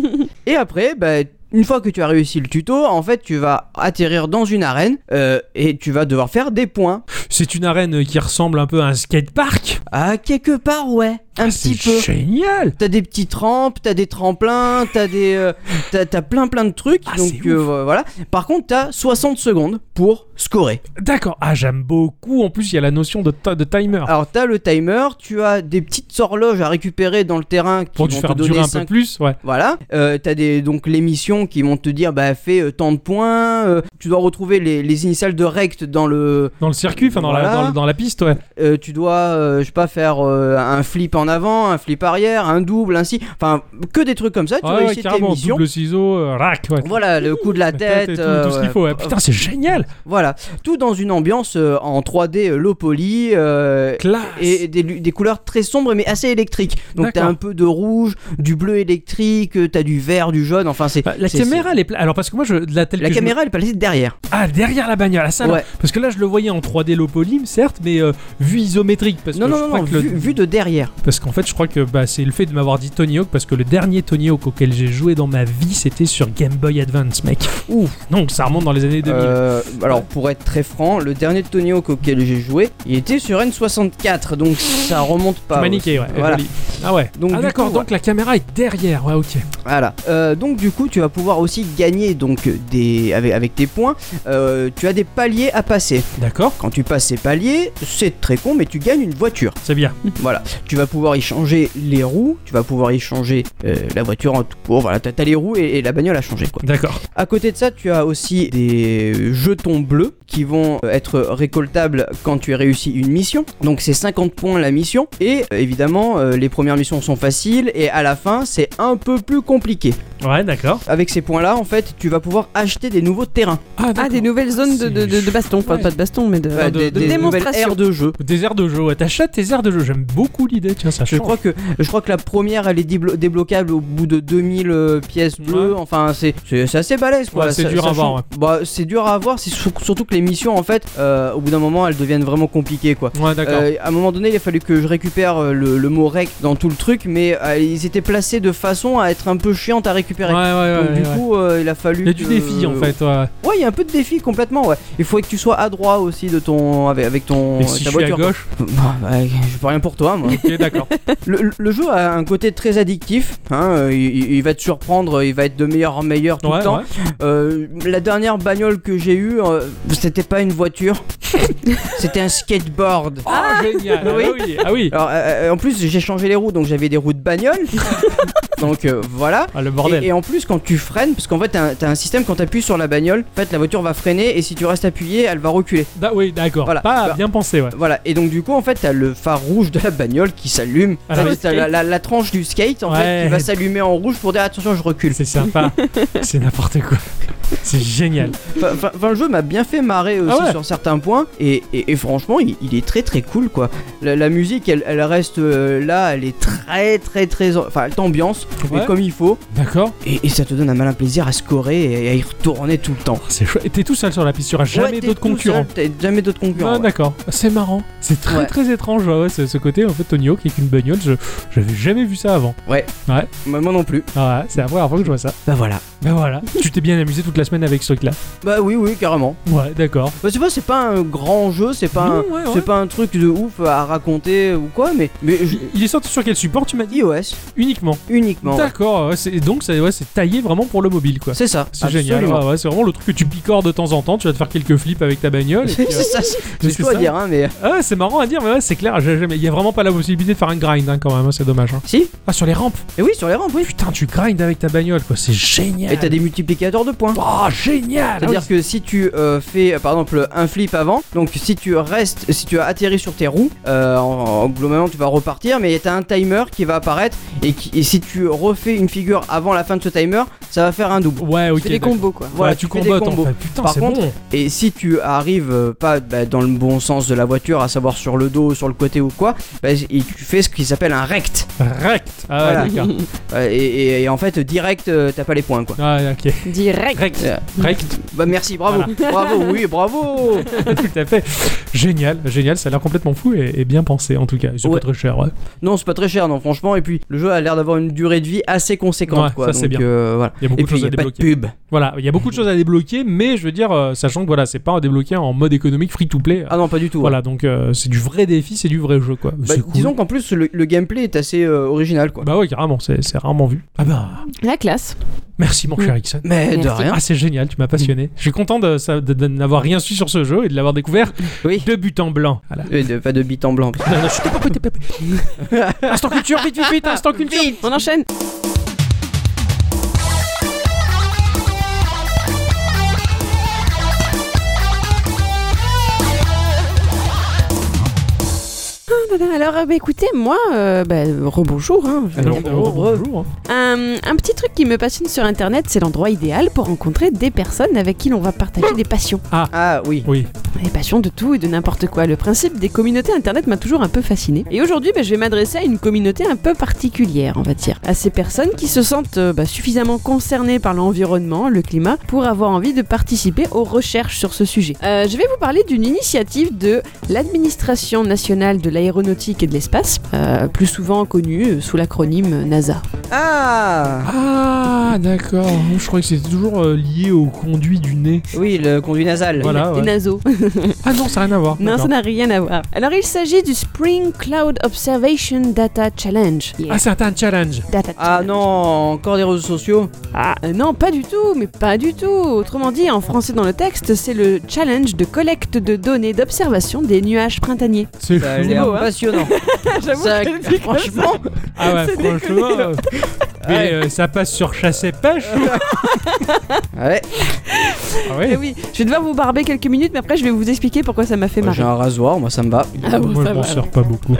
[SPEAKER 2] Et après, bah, une fois que tu as réussi le tuto, en fait, tu vas atterrir dans une arène euh, et tu vas devoir faire des points.
[SPEAKER 1] C'est une arène qui ressemble un peu à un skatepark.
[SPEAKER 2] Ah, quelque part, ouais. Un petit peu.
[SPEAKER 1] Ah, C'est génial.
[SPEAKER 2] T'as des petites rampes, t'as des tremplins, t'as des,
[SPEAKER 1] (laughs)
[SPEAKER 2] euh, t'as, t'as plein plein de trucs.
[SPEAKER 1] Ah,
[SPEAKER 2] donc
[SPEAKER 1] c'est
[SPEAKER 2] euh, voilà. Par contre, t'as 60 secondes pour scorer.
[SPEAKER 1] D'accord. Ah, j'aime beaucoup. En plus, il y a la notion de, ta- de timer.
[SPEAKER 2] Alors t'as le timer, tu as des petites horloges à récupérer dans le terrain qui
[SPEAKER 1] Pour te
[SPEAKER 2] vont
[SPEAKER 1] faire
[SPEAKER 2] te donner
[SPEAKER 1] durer un peu
[SPEAKER 2] cinq-
[SPEAKER 1] plus, ouais.
[SPEAKER 2] Voilà. Euh, t'as des donc les missions qui vont te dire bah fais euh, tant de points. euh, tu dois retrouver les, les initiales de rect dans le
[SPEAKER 1] Dans le circuit, enfin enfin dans, la,
[SPEAKER 2] Voilà.
[SPEAKER 1] dans, dans la piste, ouais.
[SPEAKER 2] Euh, tu dois, euh, je sais pas, faire euh, un flip en avant, un flip arrière, un double, ainsi. Enfin, que des trucs comme ça. Tu
[SPEAKER 1] Ah ouais,
[SPEAKER 2] réussis tes
[SPEAKER 1] carrément,
[SPEAKER 2] missions.
[SPEAKER 1] double ciseau, euh, rack, ouais.
[SPEAKER 2] Voilà, le coup de la
[SPEAKER 1] La tête,
[SPEAKER 2] tête.
[SPEAKER 1] et tout,
[SPEAKER 2] euh,
[SPEAKER 1] tout ce qu'il
[SPEAKER 2] ouais.
[SPEAKER 1] faut, ouais. Putain, c'est génial!
[SPEAKER 2] Voilà, tout dans une ambiance euh, en 3D euh, low poly euh,
[SPEAKER 1] Classe!
[SPEAKER 2] et des, lu- des couleurs très sombres mais assez électriques. Donc t'as
[SPEAKER 1] D'accord.
[SPEAKER 2] un peu de rouge, du bleu électrique, euh, t'as du vert, du jaune. Enfin c'est
[SPEAKER 1] Bah, la
[SPEAKER 2] c'est-
[SPEAKER 1] caméra, elle est pla- Alors, parce que moi, je, la telle
[SPEAKER 2] c'est- La
[SPEAKER 1] que je me-
[SPEAKER 2] caméra elle est placée derrière.
[SPEAKER 1] Ah, derrière la bagnole, ah, ça, alors.
[SPEAKER 2] Ouais.
[SPEAKER 1] Parce que là, je le voyais en 3D low poly, certes, mais euh, vue isométrique. Parce
[SPEAKER 2] Non
[SPEAKER 1] que
[SPEAKER 2] non
[SPEAKER 1] je
[SPEAKER 2] non,
[SPEAKER 1] crois
[SPEAKER 2] non,
[SPEAKER 1] que le-
[SPEAKER 2] vue, vue de derrière.
[SPEAKER 1] Parce qu'en fait, je crois que bah, c'est le fait de m'avoir dit Tony Hawk, parce que le dernier Tony Hawk auquel j'ai joué dans ma vie, c'était sur Game Boy Advance, mec. Ouf, donc ça remonte dans les années 2000.
[SPEAKER 2] Euh, alors pour être très franc, le dernier Tony Hawk auquel j'ai joué, il était sur N64 donc ça remonte
[SPEAKER 1] Tu
[SPEAKER 2] pas.
[SPEAKER 1] m'as niqué, ouais.
[SPEAKER 2] Voilà.
[SPEAKER 1] joli. Ah ouais.
[SPEAKER 2] Donc,
[SPEAKER 1] ah
[SPEAKER 2] du
[SPEAKER 1] d'accord,
[SPEAKER 2] coup,
[SPEAKER 1] donc la caméra est derrière, ouais, ok.
[SPEAKER 2] Voilà. Euh, donc du coup, tu vas pouvoir aussi gagner donc des avec, avec tes points. euh, tu as des paliers à passer.
[SPEAKER 1] D'accord,
[SPEAKER 2] Quand tu passes ces paliers, c'est très con, mais tu gagnes une voiture.
[SPEAKER 1] c'est bien.
[SPEAKER 2] Voilà, tu vas pouvoir y changer les roues, tu vas pouvoir y changer euh, la voiture en tout court. Voilà, t'as t'as les roues et, et la bagnole à changer quoi.
[SPEAKER 1] D'accord.
[SPEAKER 2] À côté de ça, tu as aussi des jetons bleus qui vont euh, être récoltables quand tu réussis une mission. Donc c'est 50 points la mission. Et euh, évidemment, euh, les premières missions sont faciles et à la fin, c'est un peu plus compliqué.
[SPEAKER 1] Ouais, d'accord.
[SPEAKER 2] Avec ces points-là, en fait, tu vas pouvoir acheter des nouveaux terrains,
[SPEAKER 3] Ah,
[SPEAKER 1] d'accord.
[SPEAKER 3] des nouvelles zones de, de, de- de baston. Enfin,
[SPEAKER 1] Ouais.
[SPEAKER 3] pas de baston, mais de.
[SPEAKER 2] Euh,
[SPEAKER 1] de-
[SPEAKER 2] des,
[SPEAKER 1] de
[SPEAKER 2] des nouvelles
[SPEAKER 3] démonstration.
[SPEAKER 2] aires de jeu.
[SPEAKER 1] Des aires de jeu, ouais. T'achètes tes aires de jeu. J'aime beaucoup l'idée, tiens, ça
[SPEAKER 2] Je
[SPEAKER 1] change.
[SPEAKER 2] crois que je crois que la première elle est déblo- débloquable au bout de 2000 euh, pièces bleues.
[SPEAKER 1] Ouais.
[SPEAKER 2] Enfin c'est c'est c'est assez balèze quoi.
[SPEAKER 1] Ouais, c'est
[SPEAKER 2] Ça-
[SPEAKER 1] dur à
[SPEAKER 2] sachant-
[SPEAKER 1] voir, ouais.
[SPEAKER 2] Bah c'est dur à avoir. C'est sur- surtout que les missions en fait euh, au bout d'un moment elles deviennent vraiment compliquées quoi.
[SPEAKER 1] Ouais, d'accord.
[SPEAKER 2] Euh, à un moment donné, il a fallu que je récupère euh, le, le mot rec dans tout le truc, mais euh, ils étaient placés de façon à être un peu chiante à récupérer.
[SPEAKER 1] ouais, ouais,
[SPEAKER 2] Donc,
[SPEAKER 1] ouais.
[SPEAKER 2] du
[SPEAKER 1] ouais.
[SPEAKER 2] coup, euh, il a fallu.
[SPEAKER 1] Il y a du
[SPEAKER 2] que-
[SPEAKER 1] défi en fait. Ouais.
[SPEAKER 2] Ouais, il y a un peu de défi complètement. Ouais. Il faudrait que tu sois adroit aussi de ton avec, avec ton
[SPEAKER 1] Et si
[SPEAKER 2] ta
[SPEAKER 1] je suis à
[SPEAKER 2] voiture.
[SPEAKER 1] gauche,
[SPEAKER 2] Bah, ouais, je peux rien pour
[SPEAKER 1] (laughs)
[SPEAKER 2] toi, moi.
[SPEAKER 1] ok,
[SPEAKER 2] (laughs)
[SPEAKER 1] d'accord.
[SPEAKER 2] Le, le jeu a un côté très addictif, hein, euh, il, il va te surprendre, il va être de meilleur en meilleur tout le
[SPEAKER 1] Ouais,
[SPEAKER 2] temps.
[SPEAKER 1] ouais.
[SPEAKER 2] Euh, la dernière bagnole que j'ai eue, euh, c'était pas une voiture, (laughs) c'était un skateboard.
[SPEAKER 1] Oh, génial. Ah oui. Ah oui.
[SPEAKER 2] Alors euh, euh, en plus j'ai changé les roues, donc j'avais des roues
[SPEAKER 1] (laughs)
[SPEAKER 2] de bagnole. donc euh, voilà.
[SPEAKER 1] Ah, le
[SPEAKER 2] Et,
[SPEAKER 1] bordel.
[SPEAKER 2] et en plus quand tu freines, parce qu'en fait t'as un- t'as un système quand t'appuies sur la bagnole, en fait la voiture va freiner et si tu restes appuyé, elle va reculer.
[SPEAKER 1] Da- Ah, oui, d'accord.
[SPEAKER 2] Voilà.
[SPEAKER 1] Pas
[SPEAKER 2] Bah-
[SPEAKER 1] bien pensé, ouais.
[SPEAKER 2] Voilà, et donc du coup, en fait, t'as le phare rouge de la bagnole qui s'allume.
[SPEAKER 1] Ah,
[SPEAKER 2] T'as-
[SPEAKER 1] oui.
[SPEAKER 2] t'as la, la- la tranche du skate, en
[SPEAKER 1] Ouais.
[SPEAKER 2] fait, qui va s'allumer en rouge pour dire attention, je recule.
[SPEAKER 1] C'est
[SPEAKER 2] (laughs)
[SPEAKER 1] sympa. c'est n'importe quoi. C'est génial.
[SPEAKER 2] Enfin, enfin, enfin, le jeu m'a bien fait marrer aussi
[SPEAKER 1] Ah ouais.
[SPEAKER 2] sur certains points, et, et- et franchement, il, il est très très cool, quoi. La, la musique, elle, elle reste euh, là, elle est très très très... Enfin, elle t'ambiance, mais
[SPEAKER 1] Ouais.
[SPEAKER 2] comme il faut,
[SPEAKER 1] D'accord.
[SPEAKER 2] et, et ça te donne un malin plaisir à scorer et à y retourner tout le temps.
[SPEAKER 1] Oh, C'est chouette. Et T'es tout seul sur la piste. Il y aura jamais
[SPEAKER 2] Ouais, t'es
[SPEAKER 1] d'autres
[SPEAKER 2] tout
[SPEAKER 1] concurrents.
[SPEAKER 2] seul, t'as jamais d'autres concurrents.
[SPEAKER 1] Ah,
[SPEAKER 2] ouais.
[SPEAKER 1] d'accord. C'est marrant. C'est très
[SPEAKER 2] Ouais.
[SPEAKER 1] très étrange. ouais, ouais, ce, ce côté en fait Tony Hawk avec une bagnole. Je j'avais jamais vu ça avant.
[SPEAKER 2] Moi Bah, moi non plus.
[SPEAKER 1] Ah, ouais, c'est la première fois que je vois ça.
[SPEAKER 2] Bah voilà.
[SPEAKER 1] Ben voilà. tu t'es bien amusé toute la semaine avec ce truc-là.
[SPEAKER 2] Bah oui, oui, carrément.
[SPEAKER 1] Ouais, d'accord.
[SPEAKER 2] Bah, c'est pas, c'est pas un grand jeu, c'est pas, un,
[SPEAKER 1] Non, ouais, ouais.
[SPEAKER 2] c'est pas un truc de ouf à raconter ou quoi, mais, mais je-
[SPEAKER 1] Il- Il est sorti sur quel support Tu m'as dit
[SPEAKER 2] iOS
[SPEAKER 1] uniquement.
[SPEAKER 2] uniquement. ouais.
[SPEAKER 1] D'accord. ouais, c'est- donc ça, ouais, c'est taillé vraiment pour le mobile, quoi.
[SPEAKER 2] C'est ça.
[SPEAKER 1] C'est génial. Ah
[SPEAKER 2] absolument.
[SPEAKER 1] ouais, ouais, c'est vraiment le truc que tu picores de temps en temps. Tu vas te faire quelques flips avec ta bagnole.
[SPEAKER 2] (laughs)
[SPEAKER 1] et puis,
[SPEAKER 2] c'est
[SPEAKER 1] euh,
[SPEAKER 2] ça, c'est- c'est
[SPEAKER 1] c'est
[SPEAKER 2] chaud à
[SPEAKER 1] ça.
[SPEAKER 2] dire, hein, mais.
[SPEAKER 1] Ah, c'est marrant à dire, mais ouais, c'est clair, j'ai jamais- il y a vraiment pas la possibilité de faire un grind hein, quand même, hein, c'est dommage. hein.
[SPEAKER 2] Si
[SPEAKER 1] Ah, sur les rampes,
[SPEAKER 2] Et oui, sur les rampes, oui.
[SPEAKER 1] putain, tu grindes avec ta bagnole, quoi, c'est génial.
[SPEAKER 2] Et t'as des multiplicateurs de points.
[SPEAKER 1] Oh, génial
[SPEAKER 2] C'est-à-dire que si tu euh, fais euh, par exemple un flip avant, donc si tu restes, si tu as atterri sur tes roues, euh, en, en- globalement tu vas repartir, mais t'as un timer qui va apparaître et, qui, et si tu refais une figure avant la fin de ce timer, ça va faire un double.
[SPEAKER 1] Ouais, ok.
[SPEAKER 3] C'est des
[SPEAKER 1] Ah d'accord.
[SPEAKER 3] combos, quoi.
[SPEAKER 1] Voilà,
[SPEAKER 2] Voilà,
[SPEAKER 1] tu
[SPEAKER 2] tu fais des
[SPEAKER 1] combattes en
[SPEAKER 2] combos.
[SPEAKER 1] fait. Putain,
[SPEAKER 2] Par
[SPEAKER 1] c'est
[SPEAKER 2] contre-
[SPEAKER 1] bon.
[SPEAKER 2] Et si tu arrives euh, pas bah, dans le bon sens de la voiture, à savoir sur le dos, sur le côté ou quoi, bah, et tu fais ce qui s'appelle un rect.
[SPEAKER 1] Rect. Ah, ouais,
[SPEAKER 2] Voilà.
[SPEAKER 1] d'accord.
[SPEAKER 2] (laughs) Euh, et, et- et en fait, direct, euh, t'as pas les points quoi.
[SPEAKER 1] Ah, ok.
[SPEAKER 3] Direct.
[SPEAKER 1] Rect.
[SPEAKER 2] Euh,
[SPEAKER 1] Rect. (laughs)
[SPEAKER 2] Bah merci, bravo, bravo, oui, bravo.
[SPEAKER 1] Tout à fait. Génial, génial, ça a l'air complètement fou et, et bien pensé en tout cas. C'est
[SPEAKER 2] Ouais.
[SPEAKER 1] pas très cher, ouais.
[SPEAKER 2] Non, c'est pas très cher, non, franchement. Et puis, le jeu a l'air d'avoir une durée de vie assez conséquente,
[SPEAKER 1] Ouais,
[SPEAKER 2] quoi.
[SPEAKER 1] ça, c'est
[SPEAKER 2] Donc,
[SPEAKER 1] bien.
[SPEAKER 2] euh, voilà.
[SPEAKER 1] Il y a beaucoup
[SPEAKER 2] Et
[SPEAKER 1] de
[SPEAKER 2] puis,
[SPEAKER 1] choses
[SPEAKER 2] il
[SPEAKER 1] à
[SPEAKER 2] a pas de
[SPEAKER 1] débloquer.
[SPEAKER 2] pub.
[SPEAKER 1] Voilà, il y a beaucoup de choses à débloquer, mais je veux dire, euh, sachant que voilà, c'est pas à débloquer en mode économique free to play.
[SPEAKER 2] Ah non, pas du tout.
[SPEAKER 1] Voilà, donc euh, c'est du vrai défi, c'est du vrai jeu, quoi.
[SPEAKER 2] Bah,
[SPEAKER 1] C'est cool.
[SPEAKER 2] Disons qu'en plus, le, le gameplay est assez euh, original, quoi.
[SPEAKER 1] Bah ouais, carrément, c'est c'est rarement vu. Ah bah,
[SPEAKER 3] La classe.
[SPEAKER 1] merci mon cher Ixon.
[SPEAKER 2] Mais de
[SPEAKER 3] Merci.
[SPEAKER 2] rien.
[SPEAKER 1] Ah, c'est génial, tu m'as passionné. Je suis content de, ça- de- de n'avoir rien su sur ce jeu et de l'avoir (laughs) découvert
[SPEAKER 2] Oui.
[SPEAKER 1] de but en blanc. Voilà.
[SPEAKER 2] Euh, de- pas de bite en blanc.
[SPEAKER 1] (laughs) Non, non, chut, pas, pas, pas, pas. instant culture, vite, vite, vite, instant culture.
[SPEAKER 3] On enchaîne. là. Alors, euh, bah, écoutez, moi, euh, bah, rebonjour. hein. Je veux
[SPEAKER 1] Alors,
[SPEAKER 3] dire,
[SPEAKER 1] euh,
[SPEAKER 3] re- re-
[SPEAKER 1] bonjour.
[SPEAKER 3] Un, un petit truc qui me passionne sur Internet, c'est l'endroit idéal pour rencontrer des personnes avec qui l'on va partager des passions.
[SPEAKER 2] Ah oui.
[SPEAKER 1] Oui.
[SPEAKER 3] Des passions de tout et de n'importe quoi. Le principe des communautés Internet m'a toujours un peu fasciné. Et aujourd'hui, bah, je vais m'adresser à une communauté un peu particulière, on va dire. À ces personnes qui se sentent euh, bah, suffisamment concernées par l'environnement, le climat, pour avoir envie de participer aux recherches sur ce sujet. Euh, je vais vous parler d'une initiative de l'Administration nationale de l'aéronautique et de l'espace, euh, plus souvent connue euh, sous l'acronyme NASA.
[SPEAKER 2] Ah
[SPEAKER 1] Ah, d'accord. Je croyais que c'était toujours euh, lié au conduit du nez.
[SPEAKER 2] Oui, le conduit nasal.
[SPEAKER 1] Voilà. ouais.
[SPEAKER 3] Les naseaux. (laughs)
[SPEAKER 1] Ah non, ça n'a rien à voir.
[SPEAKER 3] Non, ça
[SPEAKER 1] D'accord.
[SPEAKER 3] n'a rien à voir. Alors, il s'agit du Spring Cloud Observation Data Challenge.
[SPEAKER 1] Ah, c'est un challenge.
[SPEAKER 3] Data
[SPEAKER 2] Ah non, encore des réseaux sociaux
[SPEAKER 3] Ah euh, non, pas du tout, mais pas du tout. Autrement dit, en français dans le texte, c'est le challenge de collecte de données d'observation des nuages printaniers.
[SPEAKER 1] C'est
[SPEAKER 2] Ça a
[SPEAKER 1] fou.
[SPEAKER 2] l'air
[SPEAKER 3] beau, hein.
[SPEAKER 1] (laughs)
[SPEAKER 2] passionnant.
[SPEAKER 3] (laughs) J'avoue
[SPEAKER 2] Ça-
[SPEAKER 3] que dit comme ça.
[SPEAKER 2] franchement,
[SPEAKER 1] Ah ouais,
[SPEAKER 3] (laughs) C'est
[SPEAKER 1] franchement. euh, Mais euh, ça passe sur chasse et pêche.
[SPEAKER 2] ouais.
[SPEAKER 1] ah
[SPEAKER 3] Eh
[SPEAKER 1] ouais.
[SPEAKER 3] oui, je vais devoir vous barber quelques minutes, mais après je vais vous expliquer pourquoi ça m'a fait
[SPEAKER 2] J'ai
[SPEAKER 3] marrer.
[SPEAKER 2] un rasoir, moi ça me va.
[SPEAKER 3] Ah bon,
[SPEAKER 1] Moi,
[SPEAKER 3] ça
[SPEAKER 1] je m'en
[SPEAKER 3] va.
[SPEAKER 1] sers pas beaucoup.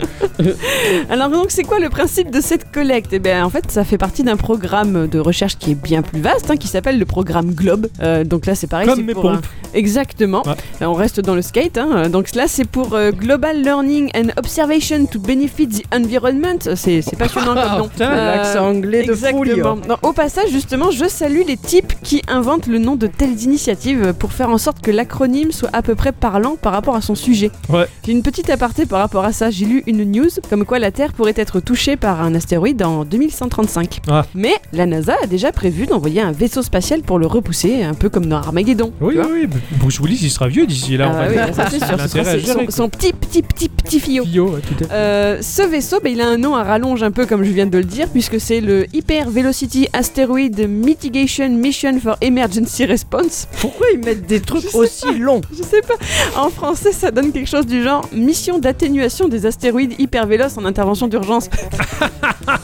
[SPEAKER 3] Alors donc c'est quoi le principe de cette collecte Eh bien en fait ça fait partie d'un programme de recherche qui est bien plus vaste, hein, qui s'appelle le programme Globe. Euh, donc là c'est pareil.
[SPEAKER 1] Comme
[SPEAKER 3] c'est
[SPEAKER 1] mes
[SPEAKER 3] pour un-
[SPEAKER 1] pompes.
[SPEAKER 3] Exactement.
[SPEAKER 1] Ouais.
[SPEAKER 3] Euh, On reste dans le skate. hein. Donc là, c'est pour euh, Global Learning and Observation to Benefit the Environment. C'est c'est
[SPEAKER 1] (laughs)
[SPEAKER 3] passionnant comme nom.
[SPEAKER 1] putain,
[SPEAKER 3] Euh,
[SPEAKER 2] L'accent anglais de folie.
[SPEAKER 3] Exactement. Non, au passage, justement, je salue les types qui inventent le nom de telles initiatives pour faire en sorte que l'acronyme soit à peu près parlant par rapport à son sujet.
[SPEAKER 1] Ouais.
[SPEAKER 3] J'ai une petite aparté par rapport à ça. J'ai lu une news comme quoi la Terre pourrait être touchée par un astéroïde en 2135.
[SPEAKER 1] Ah.
[SPEAKER 3] Mais la NASA a déjà prévu d'envoyer un vaisseau spatial pour le repousser, un peu comme dans Armageddon.
[SPEAKER 1] Oui,
[SPEAKER 3] tu vois.
[SPEAKER 1] oui, oui. Bruce Willis, il sera vieux d'ici là.
[SPEAKER 3] Ah
[SPEAKER 1] on va
[SPEAKER 3] oui,
[SPEAKER 1] dire. (laughs)
[SPEAKER 3] ça, c'est sûr, ce
[SPEAKER 1] L'intérêt
[SPEAKER 3] sera
[SPEAKER 1] à
[SPEAKER 3] son-
[SPEAKER 1] gérer,
[SPEAKER 3] son, son petit, petit, petit, petit
[SPEAKER 1] quoi.
[SPEAKER 3] fillot.
[SPEAKER 1] Bio, ouais, tout à fait.
[SPEAKER 3] Euh, ce vaisseau, bah, il a un nom à rallonge un peu comme je viens de le dire, puisque c'est le Hyper Velocity Asteroid Mitigation Mission for Emergency Response. (laughs)
[SPEAKER 2] Pourquoi ils mettent des trucs aussi longs
[SPEAKER 3] Je sais pas, en français ça donne quelque chose du genre Mission d'atténuation des astéroïdes hyper véloces en intervention d'urgence.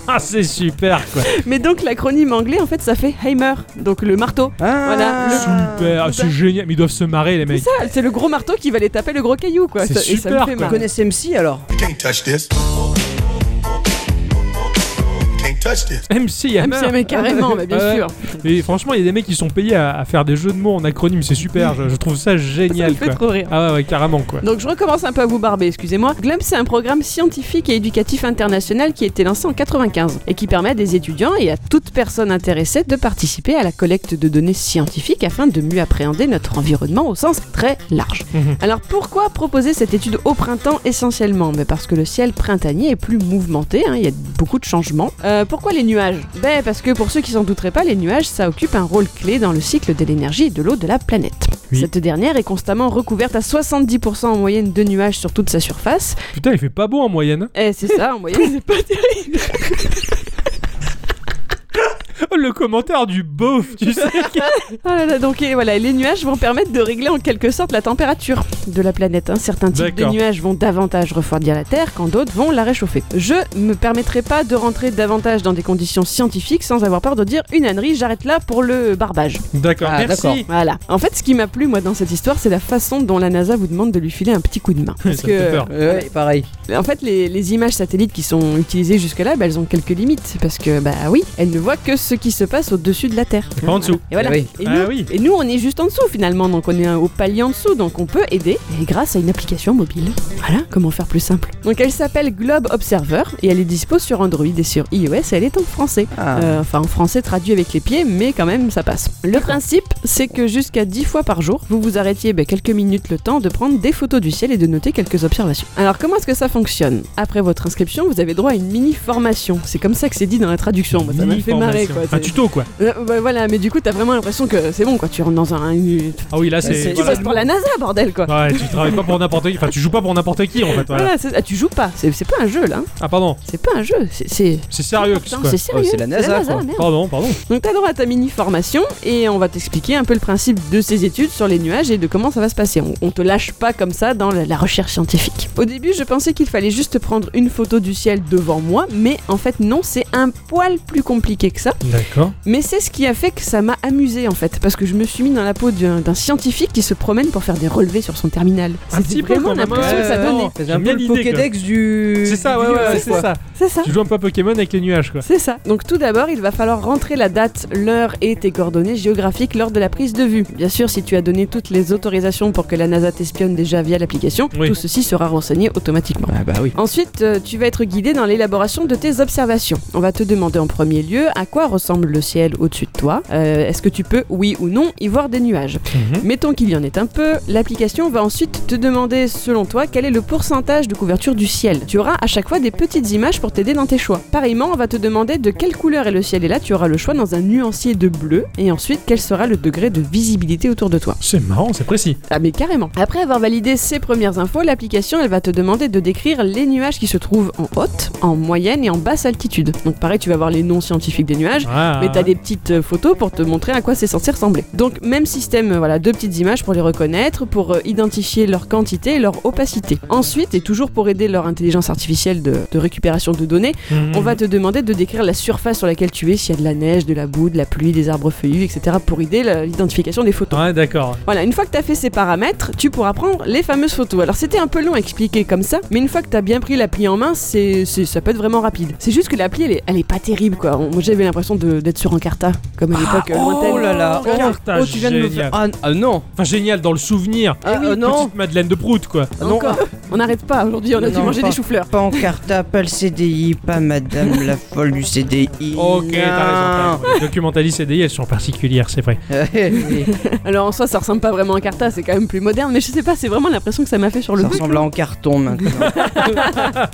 [SPEAKER 1] Ah, c'est super quoi.
[SPEAKER 3] Mais donc l'acronyme anglais en fait ça fait Hammer, donc le marteau. Voilà,
[SPEAKER 2] Ah,
[SPEAKER 1] Super, ah, c'est génial. Mais ils doivent se marrer, les
[SPEAKER 3] C'est
[SPEAKER 1] mecs.
[SPEAKER 3] ça, c'est le gros marteau qui va les taper le gros caillou quoi.
[SPEAKER 1] C'est
[SPEAKER 3] Ça- et ça me
[SPEAKER 1] super,
[SPEAKER 3] fait
[SPEAKER 1] quoi.
[SPEAKER 2] Vous
[SPEAKER 3] marrer.
[SPEAKER 2] connaissez MC alors
[SPEAKER 6] Can't touch this. Can't touch this.
[SPEAKER 1] MC
[SPEAKER 3] Ah, mais
[SPEAKER 1] Hammer.
[SPEAKER 3] c'est- mais carrément, mais bien
[SPEAKER 1] Ouais.
[SPEAKER 3] sûr.
[SPEAKER 1] Mais franchement, il y a des mecs qui sont payés à, à faire des jeux de mots en acronyme. C'est super. Je, je trouve ça
[SPEAKER 3] Ça
[SPEAKER 1] génial
[SPEAKER 3] me fait
[SPEAKER 1] quoi.
[SPEAKER 3] trop rire.
[SPEAKER 1] Ah ouais, ouais, carrément quoi.
[SPEAKER 3] Donc je recommence un peu à vous barber, excusez-moi. GLOB, c'est un programme scientifique et éducatif international qui a été lancé en 95 et qui permet à des étudiants et à toute personne intéressée de participer à la collecte de données scientifiques afin de mieux appréhender notre environnement au sens très large.
[SPEAKER 1] Mhm.
[SPEAKER 3] Alors pourquoi proposer cette étude au printemps essentiellement Mais Parce que le ciel printanier est plus mouvementé, hein, il y a beaucoup de changements. Euh, pourquoi les nuages Ben parce que pour ceux qui s'en douteraient pas, les nuages ça occupe un rôle clé dans le cycle de l'énergie et de l'eau de la planète.
[SPEAKER 1] Oui.
[SPEAKER 3] Cette dernière est constamment recouverte à 70% en moyenne de nuages sur toute sa surface.
[SPEAKER 1] Putain, il fait pas beau en moyenne. hein.
[SPEAKER 3] Eh, c'est ça, en moyenne, c'est pas terrible.
[SPEAKER 1] Oh, le commentaire du beauf,
[SPEAKER 3] (laughs)
[SPEAKER 1] tu sais.
[SPEAKER 3] Ah là là, donc et voilà, et les nuages vont permettre de régler en quelque sorte la température de la planète. hein. Certains types de
[SPEAKER 1] D'accord.
[SPEAKER 3] nuages vont davantage refroidir la Terre, quand d'autres vont la réchauffer. Je me permettrai pas de rentrer davantage dans des conditions scientifiques sans avoir peur de dire une ânerie, j'arrête là pour le barbage.
[SPEAKER 1] D'accord,
[SPEAKER 2] Ah, d'accord.
[SPEAKER 1] merci.
[SPEAKER 3] Voilà. En fait, ce qui m'a plu, moi, dans cette histoire, c'est la façon dont la NASA vous demande de lui filer un petit coup de main. Parce
[SPEAKER 1] (laughs) Ça me fait
[SPEAKER 3] que
[SPEAKER 1] peur.
[SPEAKER 2] Ouais, pareil.
[SPEAKER 3] En fait, les, les images satellites qui sont utilisées jusque-là, bah, elles ont quelques limites. Parce que, bah oui, elles ne voient que ce qui se passe au-dessus de la Terre.
[SPEAKER 1] Pas en dessous.
[SPEAKER 3] Et voilà.
[SPEAKER 2] Ah oui.
[SPEAKER 3] Et, nous,
[SPEAKER 1] Ah oui.
[SPEAKER 3] et nous, on est juste en dessous finalement, donc on est au palier en dessous, donc on peut aider. Et grâce à une application mobile. Voilà, comment faire plus simple. Donc elle s'appelle Globe Observer et elle est dispo sur Android et sur iOS et elle est en français.
[SPEAKER 2] Ah.
[SPEAKER 3] Euh, enfin en français traduit avec les pieds, mais quand même ça passe. Le principe, c'est que jusqu'à 10 fois par jour, vous vous arrêtiez ben, quelques minutes le temps de prendre des photos du ciel et de noter quelques observations. Alors comment est-ce que ça fonctionne Après votre inscription, vous avez droit à une mini formation. C'est comme ça que c'est dit dans la traduction. Moi, bah, ça m'a
[SPEAKER 1] Mini
[SPEAKER 3] fait marrer
[SPEAKER 1] formation.
[SPEAKER 3] quoi.
[SPEAKER 1] Un
[SPEAKER 3] C'est-
[SPEAKER 1] tuto quoi.
[SPEAKER 3] euh, bah, voilà, mais du coup, t'as vraiment l'impression que c'est bon quoi. Tu rentres dans un. une- Tu
[SPEAKER 1] Ah oui, là c'est.
[SPEAKER 2] c'est-
[SPEAKER 1] voilà.
[SPEAKER 3] bosses pour la NASA, bordel quoi.
[SPEAKER 1] Ouais, tu travailles pas pour n'importe qui. Enfin, tu joues pas pour n'importe qui en fait. voilà.
[SPEAKER 3] Voilà, c'est- ah, tu joues pas. C'est c'est pas un jeu là. hein.
[SPEAKER 1] Ah pardon,
[SPEAKER 3] C'est pas un jeu. C'est- C'est.
[SPEAKER 1] c'est sérieux.
[SPEAKER 3] Putain,
[SPEAKER 1] quoi.
[SPEAKER 3] c'est sérieux.
[SPEAKER 2] Oh, c'est la NASA, quoi.
[SPEAKER 3] merde.
[SPEAKER 1] Pardon, pardon.
[SPEAKER 3] Donc t'as droit à ta mini formation et on va t'expliquer un peu le principe de ces études sur les nuages et de comment ça va se passer. On, on te lâche pas comme ça dans la, la recherche scientifique. Au début, je pensais qu'il fallait juste prendre une photo du ciel devant moi, mais en fait non, c'est un poil plus compliqué que ça.
[SPEAKER 1] D'accord.
[SPEAKER 3] Mais c'est ce qui a fait que ça m'a amusé en fait, parce que je me suis mis dans la peau d'un d'un scientifique qui se promène pour faire des relevés sur son terminal.
[SPEAKER 1] Un petit
[SPEAKER 3] C'était
[SPEAKER 1] peu
[SPEAKER 3] vraiment
[SPEAKER 1] quand même,
[SPEAKER 3] l'impression
[SPEAKER 1] ouais,
[SPEAKER 3] que ça
[SPEAKER 1] ouais,
[SPEAKER 3] donnait.
[SPEAKER 2] C'est
[SPEAKER 1] J'aime
[SPEAKER 2] un
[SPEAKER 1] bien
[SPEAKER 2] peu le
[SPEAKER 1] l'idée, quoi.
[SPEAKER 2] Pokédex du.
[SPEAKER 1] C'est ça,
[SPEAKER 2] du
[SPEAKER 1] ouais,
[SPEAKER 2] virus,
[SPEAKER 1] ouais, c'est
[SPEAKER 2] quoi.
[SPEAKER 1] ça.
[SPEAKER 3] C'est ça.
[SPEAKER 1] Tu joues un peu à Pokémon avec les nuages, quoi.
[SPEAKER 3] C'est ça. Donc tout d'abord, il va falloir rentrer la date, l'heure et tes coordonnées géographiques lors de la prise de vue. Bien sûr, si tu as donné toutes les autorisations pour que la NASA t'espionne déjà via l'application,
[SPEAKER 1] Oui.
[SPEAKER 3] tout ceci sera renseigné automatiquement.
[SPEAKER 2] Ah bah oui.
[SPEAKER 3] Ensuite, euh, tu vas être guidé dans l'élaboration de tes observations. On va te demander en premier lieu à quoi ressemble le ciel au-dessus de toi. Euh, Est-ce que tu peux, oui ou non, y voir des nuages
[SPEAKER 1] Mhm.
[SPEAKER 3] Mettons qu'il y en ait un peu, l'application va ensuite te demander, selon toi, quel est le pourcentage de couverture du ciel. Tu auras à chaque fois des petites images pour t'aider dans tes choix. Pareillement, on va te demander de quelle couleur est le ciel, et là, tu auras le choix dans un nuancier de bleu, et ensuite, quel sera le degré de visibilité autour de toi.
[SPEAKER 1] C'est marrant, c'est précis.
[SPEAKER 3] Ah mais carrément. Après avoir validé ces premières infos, l'application elle va te demander de décrire les nuages qui se trouvent en haute, en moyenne et en basse altitude. Donc pareil, tu vas voir les noms scientifiques des nuages.
[SPEAKER 1] Ah,
[SPEAKER 3] Mais t'as des petites euh, photos pour te montrer à quoi c'est censé ressembler. Donc même système, euh, voilà, deux petites images pour les reconnaître, pour euh, identifier leur quantité et leur opacité. Ensuite, et toujours pour aider leur intelligence artificielle de, de récupération de données,
[SPEAKER 1] Mhm.
[SPEAKER 3] on va te demander de décrire la surface sur laquelle tu es, s'il y a de la neige, de la boue, de la pluie, des arbres feuillus, etc. pour aider la- l'identification des photos.
[SPEAKER 1] Ouais, d'accord.
[SPEAKER 3] Voilà, une fois que t'as fait ces paramètres, tu pourras prendre les fameuses photos. Alors c'était un peu long à expliquer comme ça, mais une fois que t'as bien pris l'appli en main, c'est, c'est- ça peut être vraiment rapide. C'est juste que l'appli, elle est, elle est pas terrible quoi. On- Moi j'avais l'impression de- d'être sur Encarta, comme à l'époque euh, lointaine.
[SPEAKER 2] Oh là là.
[SPEAKER 1] Oh, putain,
[SPEAKER 2] Oh, tu viens de me
[SPEAKER 1] génial.
[SPEAKER 2] faire. Ah, ah non.
[SPEAKER 1] Enfin, génial dans le souvenir.
[SPEAKER 2] Ah, euh, non.
[SPEAKER 1] Petite Madeleine de Prout, quoi.
[SPEAKER 2] Ah, non.
[SPEAKER 3] Encore. euh, On n'arrête pas aujourd'hui, on a
[SPEAKER 2] Non,
[SPEAKER 3] dû manger
[SPEAKER 2] pas.
[SPEAKER 3] des choux-fleurs.
[SPEAKER 2] Pas en carta, pas le CDI, pas Madame la folle du CDI.
[SPEAKER 1] Ok, t'as
[SPEAKER 3] (laughs)
[SPEAKER 1] raison. t'as raison. Les documentalistes CDI, elles sont particulières, c'est vrai.
[SPEAKER 2] raison.
[SPEAKER 3] Alors en soi, ça ressemble pas vraiment à Encarta, c'est quand même plus moderne, mais je sais pas, c'est vraiment l'impression que ça m'a fait sur
[SPEAKER 2] (laughs)
[SPEAKER 3] le
[SPEAKER 2] Ça
[SPEAKER 3] coup.
[SPEAKER 2] ressemble à en carton maintenant.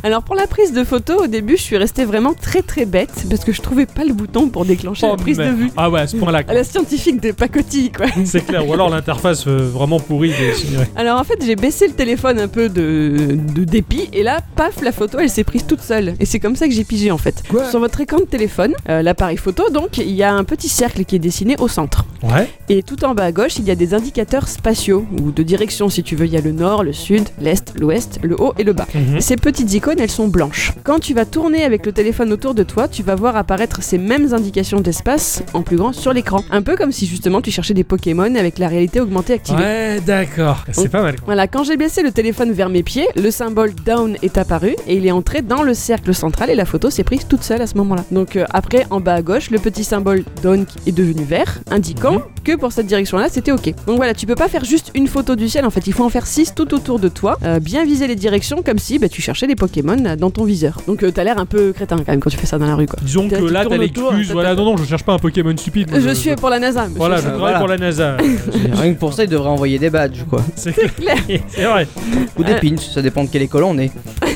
[SPEAKER 3] Alors pour la prise de photo, au début, je suis restée vraiment très très bête parce que je trouvais pas le bouton pour déclencher la
[SPEAKER 1] Oh,
[SPEAKER 3] prise de
[SPEAKER 1] merde.
[SPEAKER 3] vue.
[SPEAKER 1] Ah ouais, à ce point-là,
[SPEAKER 3] À la scientifique des pacotilles quoi.
[SPEAKER 1] c'est clair. Ou alors l'interface euh, vraiment pourrie. des- ouais.
[SPEAKER 3] Alors en fait j'ai baissé le téléphone un peu de, de dépit et là paf la photo elle s'est prise toute seule et c'est comme ça que j'ai pigé en fait.
[SPEAKER 2] Quoi
[SPEAKER 3] Sur votre écran de téléphone, euh, l'appareil photo donc il y a un petit cercle qui est dessiné au centre.
[SPEAKER 1] Ouais.
[SPEAKER 3] Et tout en bas à gauche il y a des indicateurs spatiaux ou de direction si tu veux, il y a le nord, le sud, l'est, l'ouest, le haut et le bas.
[SPEAKER 1] Mhm.
[SPEAKER 3] Ces petites icônes, elles sont blanches. Quand tu vas tourner avec le téléphone autour de toi, tu vas voir apparaître ces mêmes indications d'espace en plus grand sur l'écran. Un peu comme si justement tu cherchais des Pokémon avec la réalité augmentée activée.
[SPEAKER 1] Ouais, d'accord. C'est pas mal. quoi.
[SPEAKER 3] Voilà, quand j'ai baissé le téléphone vers mes pieds, le symbole down est apparu et il est entré dans le cercle central et la photo s'est prise toute seule à ce moment-là. Donc euh, après, en bas à gauche, le petit symbole down qui est devenu vert, indiquant que pour cette direction-là, c'était ok. Donc voilà, tu peux pas faire juste une photo du ciel, en fait, il faut en faire six tout autour de toi, euh, bien viser les directions comme si bah, tu cherchais les Pokémon euh, dans ton viseur. Donc euh, t'as l'air un peu crétin quand même quand tu fais ça dans la rue, quoi.
[SPEAKER 1] Disons que
[SPEAKER 3] T'as- tu
[SPEAKER 1] là, t'as
[SPEAKER 3] tournes autour, hein,
[SPEAKER 1] l'excuse.
[SPEAKER 3] t'as-
[SPEAKER 1] Voilà,
[SPEAKER 3] t'as-
[SPEAKER 1] non, non, je cherche pas un Pokémon stupide. moi,
[SPEAKER 3] Je suis pour la NASA, monsieur.
[SPEAKER 1] Voilà, je
[SPEAKER 2] Euh,
[SPEAKER 1] travaille
[SPEAKER 2] voilà.
[SPEAKER 1] pour la NASA.
[SPEAKER 2] (laughs) Rien que pour ça, ils devraient envoyer des badges quoi.
[SPEAKER 1] (laughs) C'est clair. (laughs) C'est vrai.
[SPEAKER 3] Euh,
[SPEAKER 2] Ou des pins, ça dépend de quelle école on est.
[SPEAKER 3] (laughs)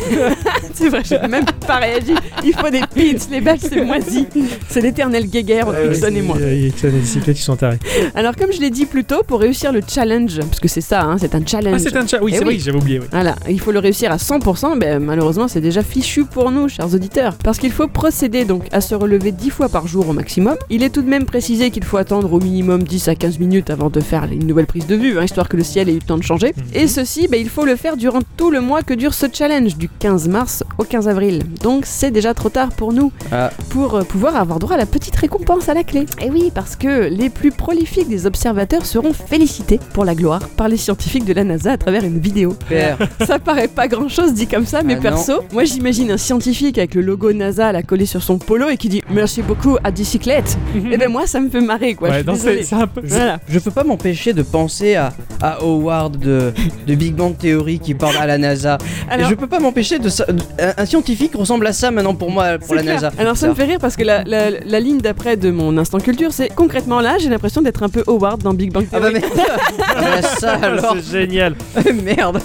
[SPEAKER 3] C'est vrai, j'ai même pas réagi. Il faut des pins, les badges, c'est moisi. C'est l'éternel guéguerre,
[SPEAKER 1] Ah
[SPEAKER 3] entre Nixon et moi.
[SPEAKER 1] Euh, Il y a- il y a que ça, des bicyclettes qui sont tarés.
[SPEAKER 3] Alors comme je l'ai dit plus tôt, pour réussir le challenge, parce que c'est ça, hein, c'est un challenge.
[SPEAKER 1] Ah, c'est un chat. Oui,
[SPEAKER 3] Eh
[SPEAKER 1] c'est
[SPEAKER 3] oui.
[SPEAKER 1] vrai, j'avais oublié. oui.
[SPEAKER 3] Voilà, il faut le réussir à 100%, ben, malheureusement c'est déjà fichu pour nous, chers auditeurs. Parce qu'il faut procéder donc à se relever 10 fois par jour au maximum. Il est tout de même précisé qu'il faut attendre au minimum 10 à 15 minutes avant de faire une nouvelle prise de vue, hein, histoire que le ciel ait eu le temps de changer. Et ceci, ben, il faut le faire durant tout le mois que dure ce challenge, du 15 mars au 15 avril. Donc c'est déjà trop tard pour nous
[SPEAKER 2] Ah.
[SPEAKER 3] pour euh, pouvoir avoir droit à la petite récompense à la clé. Et oui, parce que les plus prolifiques des observateurs seront félicités pour la gloire par les scientifiques de la NASA à travers une vidéo.
[SPEAKER 2] Père,
[SPEAKER 3] Ça paraît pas grand chose dit comme ça, mais
[SPEAKER 2] Ah non.
[SPEAKER 3] perso, moi j'imagine un scientifique avec le logo NASA à la collée sur son polo et qui dit merci beaucoup
[SPEAKER 2] (laughs)
[SPEAKER 3] à bicyclette. et ben moi ça me fait marrer quoi.
[SPEAKER 1] Ouais,
[SPEAKER 3] je suis
[SPEAKER 1] non, c'est
[SPEAKER 3] désolée.
[SPEAKER 1] c'est un
[SPEAKER 3] (laughs)
[SPEAKER 1] peu.
[SPEAKER 3] Voilà.
[SPEAKER 2] je peux pas m'empêcher de penser à, à Howard de, de Big Bang Theory qui parle à la NASA.
[SPEAKER 3] Alors-
[SPEAKER 2] Et je peux pas m'empêcher de ça. de- un- Un scientifique ressemble à ça maintenant pour moi, pour
[SPEAKER 3] C'est
[SPEAKER 2] la
[SPEAKER 3] clair.
[SPEAKER 2] NASA.
[SPEAKER 3] Alors ça me fait rire parce que la, la- la ligne d'après de mon instant culture, c'est concrètement là, j'ai l'impression d'être un peu Howard dans Big Bang
[SPEAKER 2] Ah
[SPEAKER 3] Theory.
[SPEAKER 2] bah merde
[SPEAKER 3] (laughs)
[SPEAKER 2] Ah bah ça
[SPEAKER 1] (laughs)
[SPEAKER 2] alors
[SPEAKER 1] C'est génial.
[SPEAKER 2] Merde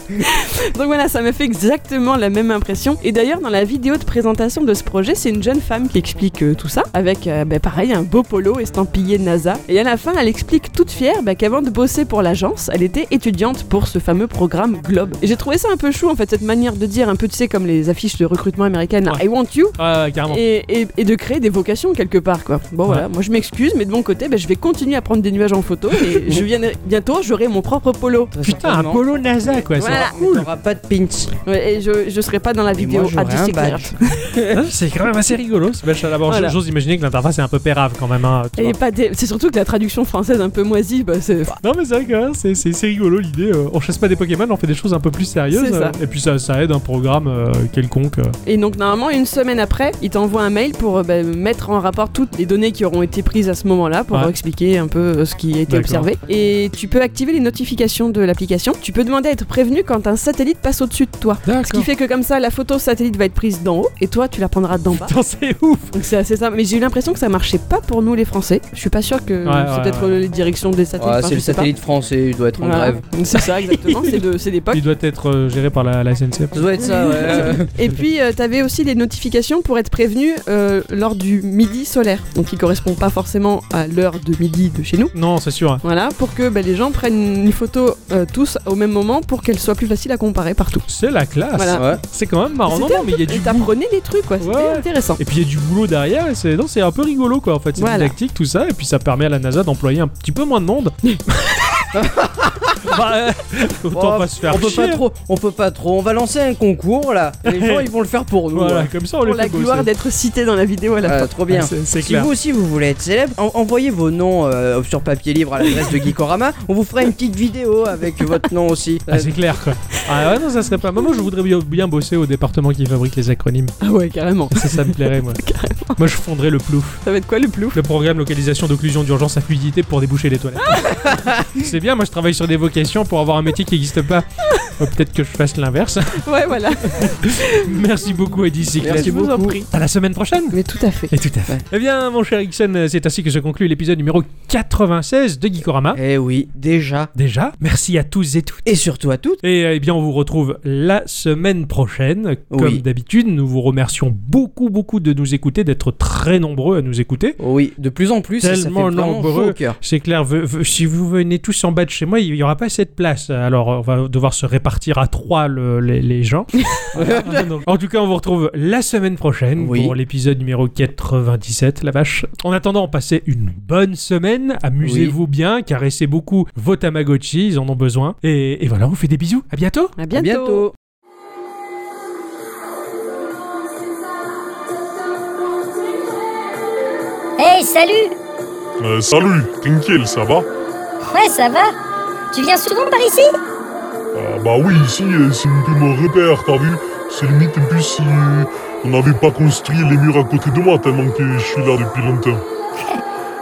[SPEAKER 3] Donc voilà, ça m'a fait exactement la même impression. Et d'ailleurs, dans la vidéo de présentation de ce projet, c'est une jeune femme qui explique euh, tout ça, avec euh, bah, pareil un beau polo estampillé NASA. Et à la fin, elle explique toute fière bah, qu'avant de bosser pour l'agence, elle était étudiante pour ce fameux programme Globe. Et j'ai trouvé ça un peu chou en fait, cette manière de dire, un peu tu sais, comme les affiches de recrutement américaines, là,
[SPEAKER 1] Ouais.
[SPEAKER 3] I want you,
[SPEAKER 1] Ah, carrément.
[SPEAKER 3] et, et- et de créer des vocations quelque part, quoi. Bon, voilà, moi je m'excuse, mais de mon côté, bah, je vais continuer à prendre des nuages en photo et je viendrai- bientôt j'aurai mon propre polo.
[SPEAKER 2] Très
[SPEAKER 1] Putain, un
[SPEAKER 2] certainement.
[SPEAKER 1] polo NASA, quoi.
[SPEAKER 3] Voilà.
[SPEAKER 1] c'est-
[SPEAKER 2] Mais T'auras pas de pinch.
[SPEAKER 3] Ouais, et je, je serai pas dans la
[SPEAKER 2] Et moi,
[SPEAKER 3] vidéo. Ah,
[SPEAKER 2] j'aurai
[SPEAKER 3] tu
[SPEAKER 2] un
[SPEAKER 3] sais clair.
[SPEAKER 2] badge.
[SPEAKER 1] Ah, C'est quand même assez rigolo. ce match. D'abord,
[SPEAKER 3] Voilà.
[SPEAKER 1] j'ose imaginer que l'interface est un peu pérave quand même. hein, tu
[SPEAKER 3] Elle
[SPEAKER 1] vois.
[SPEAKER 3] est pas dé- C'est surtout que la traduction française un peu moisie, bah, c'est.
[SPEAKER 1] Non mais c'est vrai que hein, c'est- c'est c'est rigolo l'idée. euh, on chasse pas des Pokémon, on fait des choses un peu plus sérieuses.
[SPEAKER 3] C'est ça.
[SPEAKER 1] euh, Et puis ça, ça aide un programme euh, quelconque. euh.
[SPEAKER 3] Et donc normalement une semaine après, il t'envoie un mail pour euh, bah, mettre en rapport toutes les données qui auront été prises à ce moment-là pour
[SPEAKER 1] Ouais.
[SPEAKER 3] expliquer un peu euh, ce qui a été
[SPEAKER 1] D'accord.
[SPEAKER 3] observé. Et tu peux activer les notifications de l'application. Tu peux demander à être prévenu quand un satellite passe au-dessus de toi. Ce qui
[SPEAKER 1] D'accord.
[SPEAKER 3] fait que comme ça, la photo satellite va être prise d'en haut et toi, tu la prendras d'en bas.
[SPEAKER 1] Putain, c'est ouf.
[SPEAKER 3] Donc c'est assez simple. Mais j'ai eu l'impression que ça marchait pas pour nous les Français. Je suis pas sûr que
[SPEAKER 1] Ouais,
[SPEAKER 3] c'est
[SPEAKER 1] ouais,
[SPEAKER 3] peut-être
[SPEAKER 1] ouais.
[SPEAKER 3] euh, les directions des satellites.
[SPEAKER 2] Ah,
[SPEAKER 3] enfin,
[SPEAKER 2] c'est
[SPEAKER 3] je
[SPEAKER 2] le
[SPEAKER 3] sais pas.
[SPEAKER 2] satellite français, il doit être en
[SPEAKER 3] Voilà.
[SPEAKER 2] grève.
[SPEAKER 3] (laughs) C'est ça exactement. c'est de- c'est l'époque. (laughs)
[SPEAKER 1] Il doit être euh, géré par la, la SNCF.
[SPEAKER 2] Ça doit être ça, ouais.
[SPEAKER 3] Et puis, euh, t'avais aussi des notifications pour être prévenu euh, lors du midi solaire, donc qui correspond pas forcément à l'heure de midi de chez nous.
[SPEAKER 1] Non, c'est sûr.
[SPEAKER 3] Voilà, pour que bah, les gens prennent une photo euh, tous au même moment pour qu'elle soit plus facile à comparer partout.
[SPEAKER 1] C'est la classe.
[SPEAKER 3] Voilà.
[SPEAKER 2] Ouais.
[SPEAKER 1] C'est quand même marrant. Non,
[SPEAKER 3] C'était
[SPEAKER 1] non, mais il y a
[SPEAKER 3] Et
[SPEAKER 1] du boulot.
[SPEAKER 3] t'apprenais des trucs, quoi, c'était
[SPEAKER 1] Ouais.
[SPEAKER 3] intéressant.
[SPEAKER 1] Et puis il y a du boulot derrière. et C'est non, c'est un peu rigolo quoi. En fait, c'est
[SPEAKER 3] Voilà.
[SPEAKER 1] didactique tout ça. Et puis ça permet à la NASA d'employer un petit peu moins de
[SPEAKER 3] (laughs)
[SPEAKER 1] monde. Bah, euh, autant
[SPEAKER 2] Oh,
[SPEAKER 1] pas se faire
[SPEAKER 2] on peut
[SPEAKER 1] chier.
[SPEAKER 2] pas trop, on peut pas trop. On va lancer un concours là. Les gens ils vont le faire pour nous.
[SPEAKER 1] Voilà,
[SPEAKER 2] ouais.
[SPEAKER 1] comme ça on
[SPEAKER 3] Pour
[SPEAKER 1] les
[SPEAKER 3] la
[SPEAKER 1] fait
[SPEAKER 3] gloire
[SPEAKER 1] bosser.
[SPEAKER 3] d'être cité dans la vidéo à la
[SPEAKER 2] Ah,
[SPEAKER 3] fin.
[SPEAKER 2] trop bien.
[SPEAKER 1] Ah, c'est- C'est
[SPEAKER 2] Si
[SPEAKER 1] clair.
[SPEAKER 2] vous aussi vous voulez être célèbre, en- envoyez vos noms euh, sur papier libre à l'adresse de Geekorama. On vous fera une petite vidéo avec votre nom aussi.
[SPEAKER 1] Ah, c'est clair quoi. Ah ouais, non, ça serait pas. Moi, moi, je voudrais bien- bien bosser au département qui fabrique les acronymes.
[SPEAKER 3] Ah ouais, carrément. (laughs)
[SPEAKER 1] Ça, ça me plairait, moi. Moi, je fonderais le plouf.
[SPEAKER 3] Ça va être quoi le plouf
[SPEAKER 1] Le programme localisation d'occlusion d'urgence à fluidité pour déboucher les (laughs) toilettes. c'est bien, moi, je travaille sur des vocations pour avoir un métier qui n'existe pas. Faut Peut-être que je fasse l'inverse. (laughs)
[SPEAKER 3] Ouais, (laughs) voilà.
[SPEAKER 1] Merci beaucoup, Eddie Cyclette.
[SPEAKER 2] Merci
[SPEAKER 3] vous en
[SPEAKER 2] beaucoup.
[SPEAKER 3] prie.
[SPEAKER 1] À la semaine prochaine.
[SPEAKER 3] Mais tout à fait.
[SPEAKER 1] Et tout à fait.
[SPEAKER 2] Ouais.
[SPEAKER 1] Eh bien, mon cher Ixon, c'est ainsi que se conclut l'épisode numéro 96 de Geekorama.
[SPEAKER 2] Eh oui, déjà.
[SPEAKER 1] Déjà, merci à tous et toutes.
[SPEAKER 2] Et surtout à toutes.
[SPEAKER 1] Et euh, eh bien, on vous retrouve la semaine prochaine. Comme
[SPEAKER 2] Oui.
[SPEAKER 1] d'habitude, nous vous remercions beaucoup, beaucoup de nous écouter, d'être très nombreux à nous écouter.
[SPEAKER 2] Oui, de plus en plus. et ça fait
[SPEAKER 1] Tellement
[SPEAKER 2] vraiment
[SPEAKER 1] nombreux.
[SPEAKER 2] chaud au cœur.
[SPEAKER 1] C'est clair, ve- ve- si vous venez tous en bas de chez moi, il n'y aura pas assez de place. Alors, on va devoir se répartir à trois le- les, les
[SPEAKER 2] (laughs)
[SPEAKER 1] gens. (laughs) Voilà. Donc, en tout cas, on vous retrouve la semaine prochaine
[SPEAKER 2] Oui.
[SPEAKER 1] pour l'épisode numéro 97, la vache. En attendant, passez une bonne semaine. Amusez-vous bien, caressez beaucoup vos Tamagotchi, ils en ont besoin. Et, et voilà, on vous fait des bisous. À bientôt
[SPEAKER 3] À
[SPEAKER 2] À
[SPEAKER 3] bientôt.
[SPEAKER 2] bientôt.
[SPEAKER 7] Hey, Eh, salut
[SPEAKER 6] Euh, salut, tranquille, ça va
[SPEAKER 7] Ouais, ça va Tu viens souvent par ici
[SPEAKER 6] Ah, Bah oui, ici, euh, c'est un peu mon repère, t'as vu C'est limite un peu si euh, on n'avait pas construit les murs à côté de moi, tellement que je suis là depuis longtemps.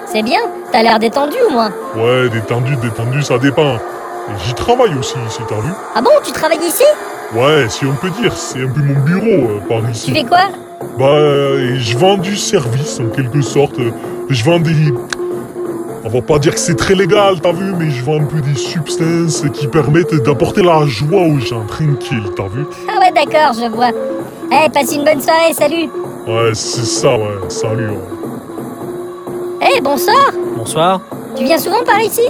[SPEAKER 7] C'est bien, t'as l'air détendu au moins.
[SPEAKER 6] Ouais, détendu, détendu, ça dépend. Et J'y travaille aussi ici, t'as vu
[SPEAKER 7] Ah bon, tu travailles ici
[SPEAKER 6] Ouais, si on peut dire, c'est un peu mon bureau euh, par
[SPEAKER 7] Tu
[SPEAKER 6] ici.
[SPEAKER 7] fais quoi
[SPEAKER 6] Bah, euh, je vends du service en quelque sorte. Euh, Je vends des. On va pas dire que c'est très légal, t'as vu, mais je vends un peu des substances qui permettent d'apporter la joie aux gens, tranquille, t'as vu.
[SPEAKER 7] Ah ouais, d'accord, je vois. Eh, passe une bonne soirée, salut
[SPEAKER 6] Ouais, c'est ça, ouais, salut. ouais.
[SPEAKER 7] Eh, bonsoir
[SPEAKER 8] Bonsoir.
[SPEAKER 7] Tu viens souvent par ici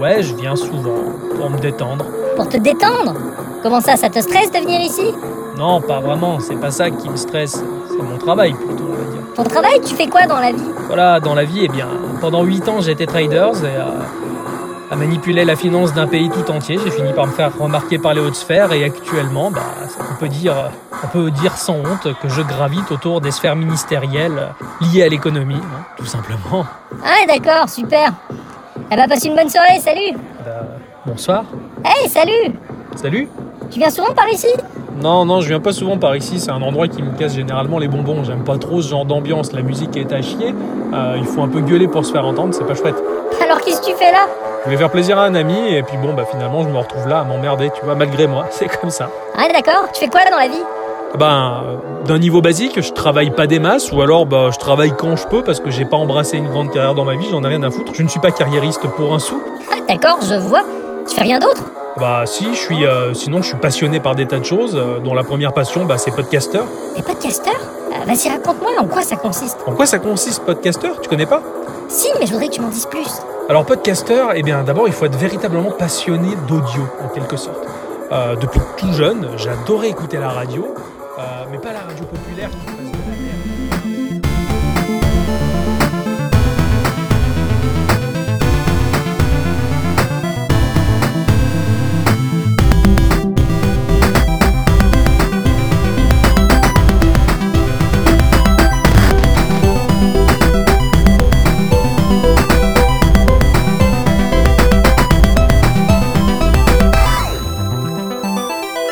[SPEAKER 8] Ouais, je viens souvent pour me détendre.
[SPEAKER 7] Pour te détendre Comment ça, ça te stresse de venir ici
[SPEAKER 8] Non, pas vraiment, c'est pas ça qui me stresse. C'est mon travail plutôt, on va dire.
[SPEAKER 7] Ton travail, tu fais quoi dans la vie
[SPEAKER 8] Voilà, dans la vie, eh bien, pendant 8 ans, j'étais traders et à, à manipuler la finance d'un pays tout entier. J'ai fini par me faire remarquer par les hautes sphères et actuellement, bah, on peut dire, on peut dire sans honte que je gravite autour des sphères ministérielles euh, liées à l'économie, hein, tout simplement.
[SPEAKER 7] Ah ouais, d'accord, super Eh bah, passe une bonne soirée, salut
[SPEAKER 8] Bah, bonsoir.
[SPEAKER 7] Hey, salut
[SPEAKER 8] Salut.
[SPEAKER 7] Tu viens souvent par ici
[SPEAKER 1] Non, non, je viens pas souvent par ici, c'est un endroit qui me casse généralement les bonbons. J'aime pas trop ce genre d'ambiance, la musique est à chier, euh, il faut un peu gueuler pour se faire entendre, c'est pas chouette.
[SPEAKER 7] Alors, qu'est-ce que tu fais là
[SPEAKER 1] Je voulais faire plaisir à un ami, et puis bon, bah finalement, je me retrouve là à m'emmerder, tu vois, malgré moi, (laughs) c'est comme ça.
[SPEAKER 7] Ah ouais, d'accord, tu fais quoi dans la vie
[SPEAKER 1] Ben, euh, d'un niveau basique, je travaille pas des masses, ou alors bah, je travaille quand je peux, parce que j'ai pas embrassé une grande carrière dans ma vie, j'en ai rien à foutre. Je ne suis pas carriériste pour un sou.
[SPEAKER 7] Ah, d'accord, je vois. Tu fais rien d'autre
[SPEAKER 1] Bah si, je suis, euh, sinon je suis passionné par des tas de choses, euh, dont la première passion, bah, c'est podcasteur.
[SPEAKER 7] T'es podcasteur Euh, Vas-y, raconte-moi en quoi ça consiste.
[SPEAKER 1] En quoi ça consiste, podcasteur Tu connais pas
[SPEAKER 7] Si, mais je voudrais que tu m'en dises plus.
[SPEAKER 1] Alors podcasteur, eh bien d'abord il faut être véritablement passionné d'audio en quelque sorte. Euh, depuis tout jeune, j'adorais écouter la radio.
[SPEAKER 8] Euh, mais pas la radio populaire qui fasse de la merde.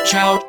[SPEAKER 9] Ciao.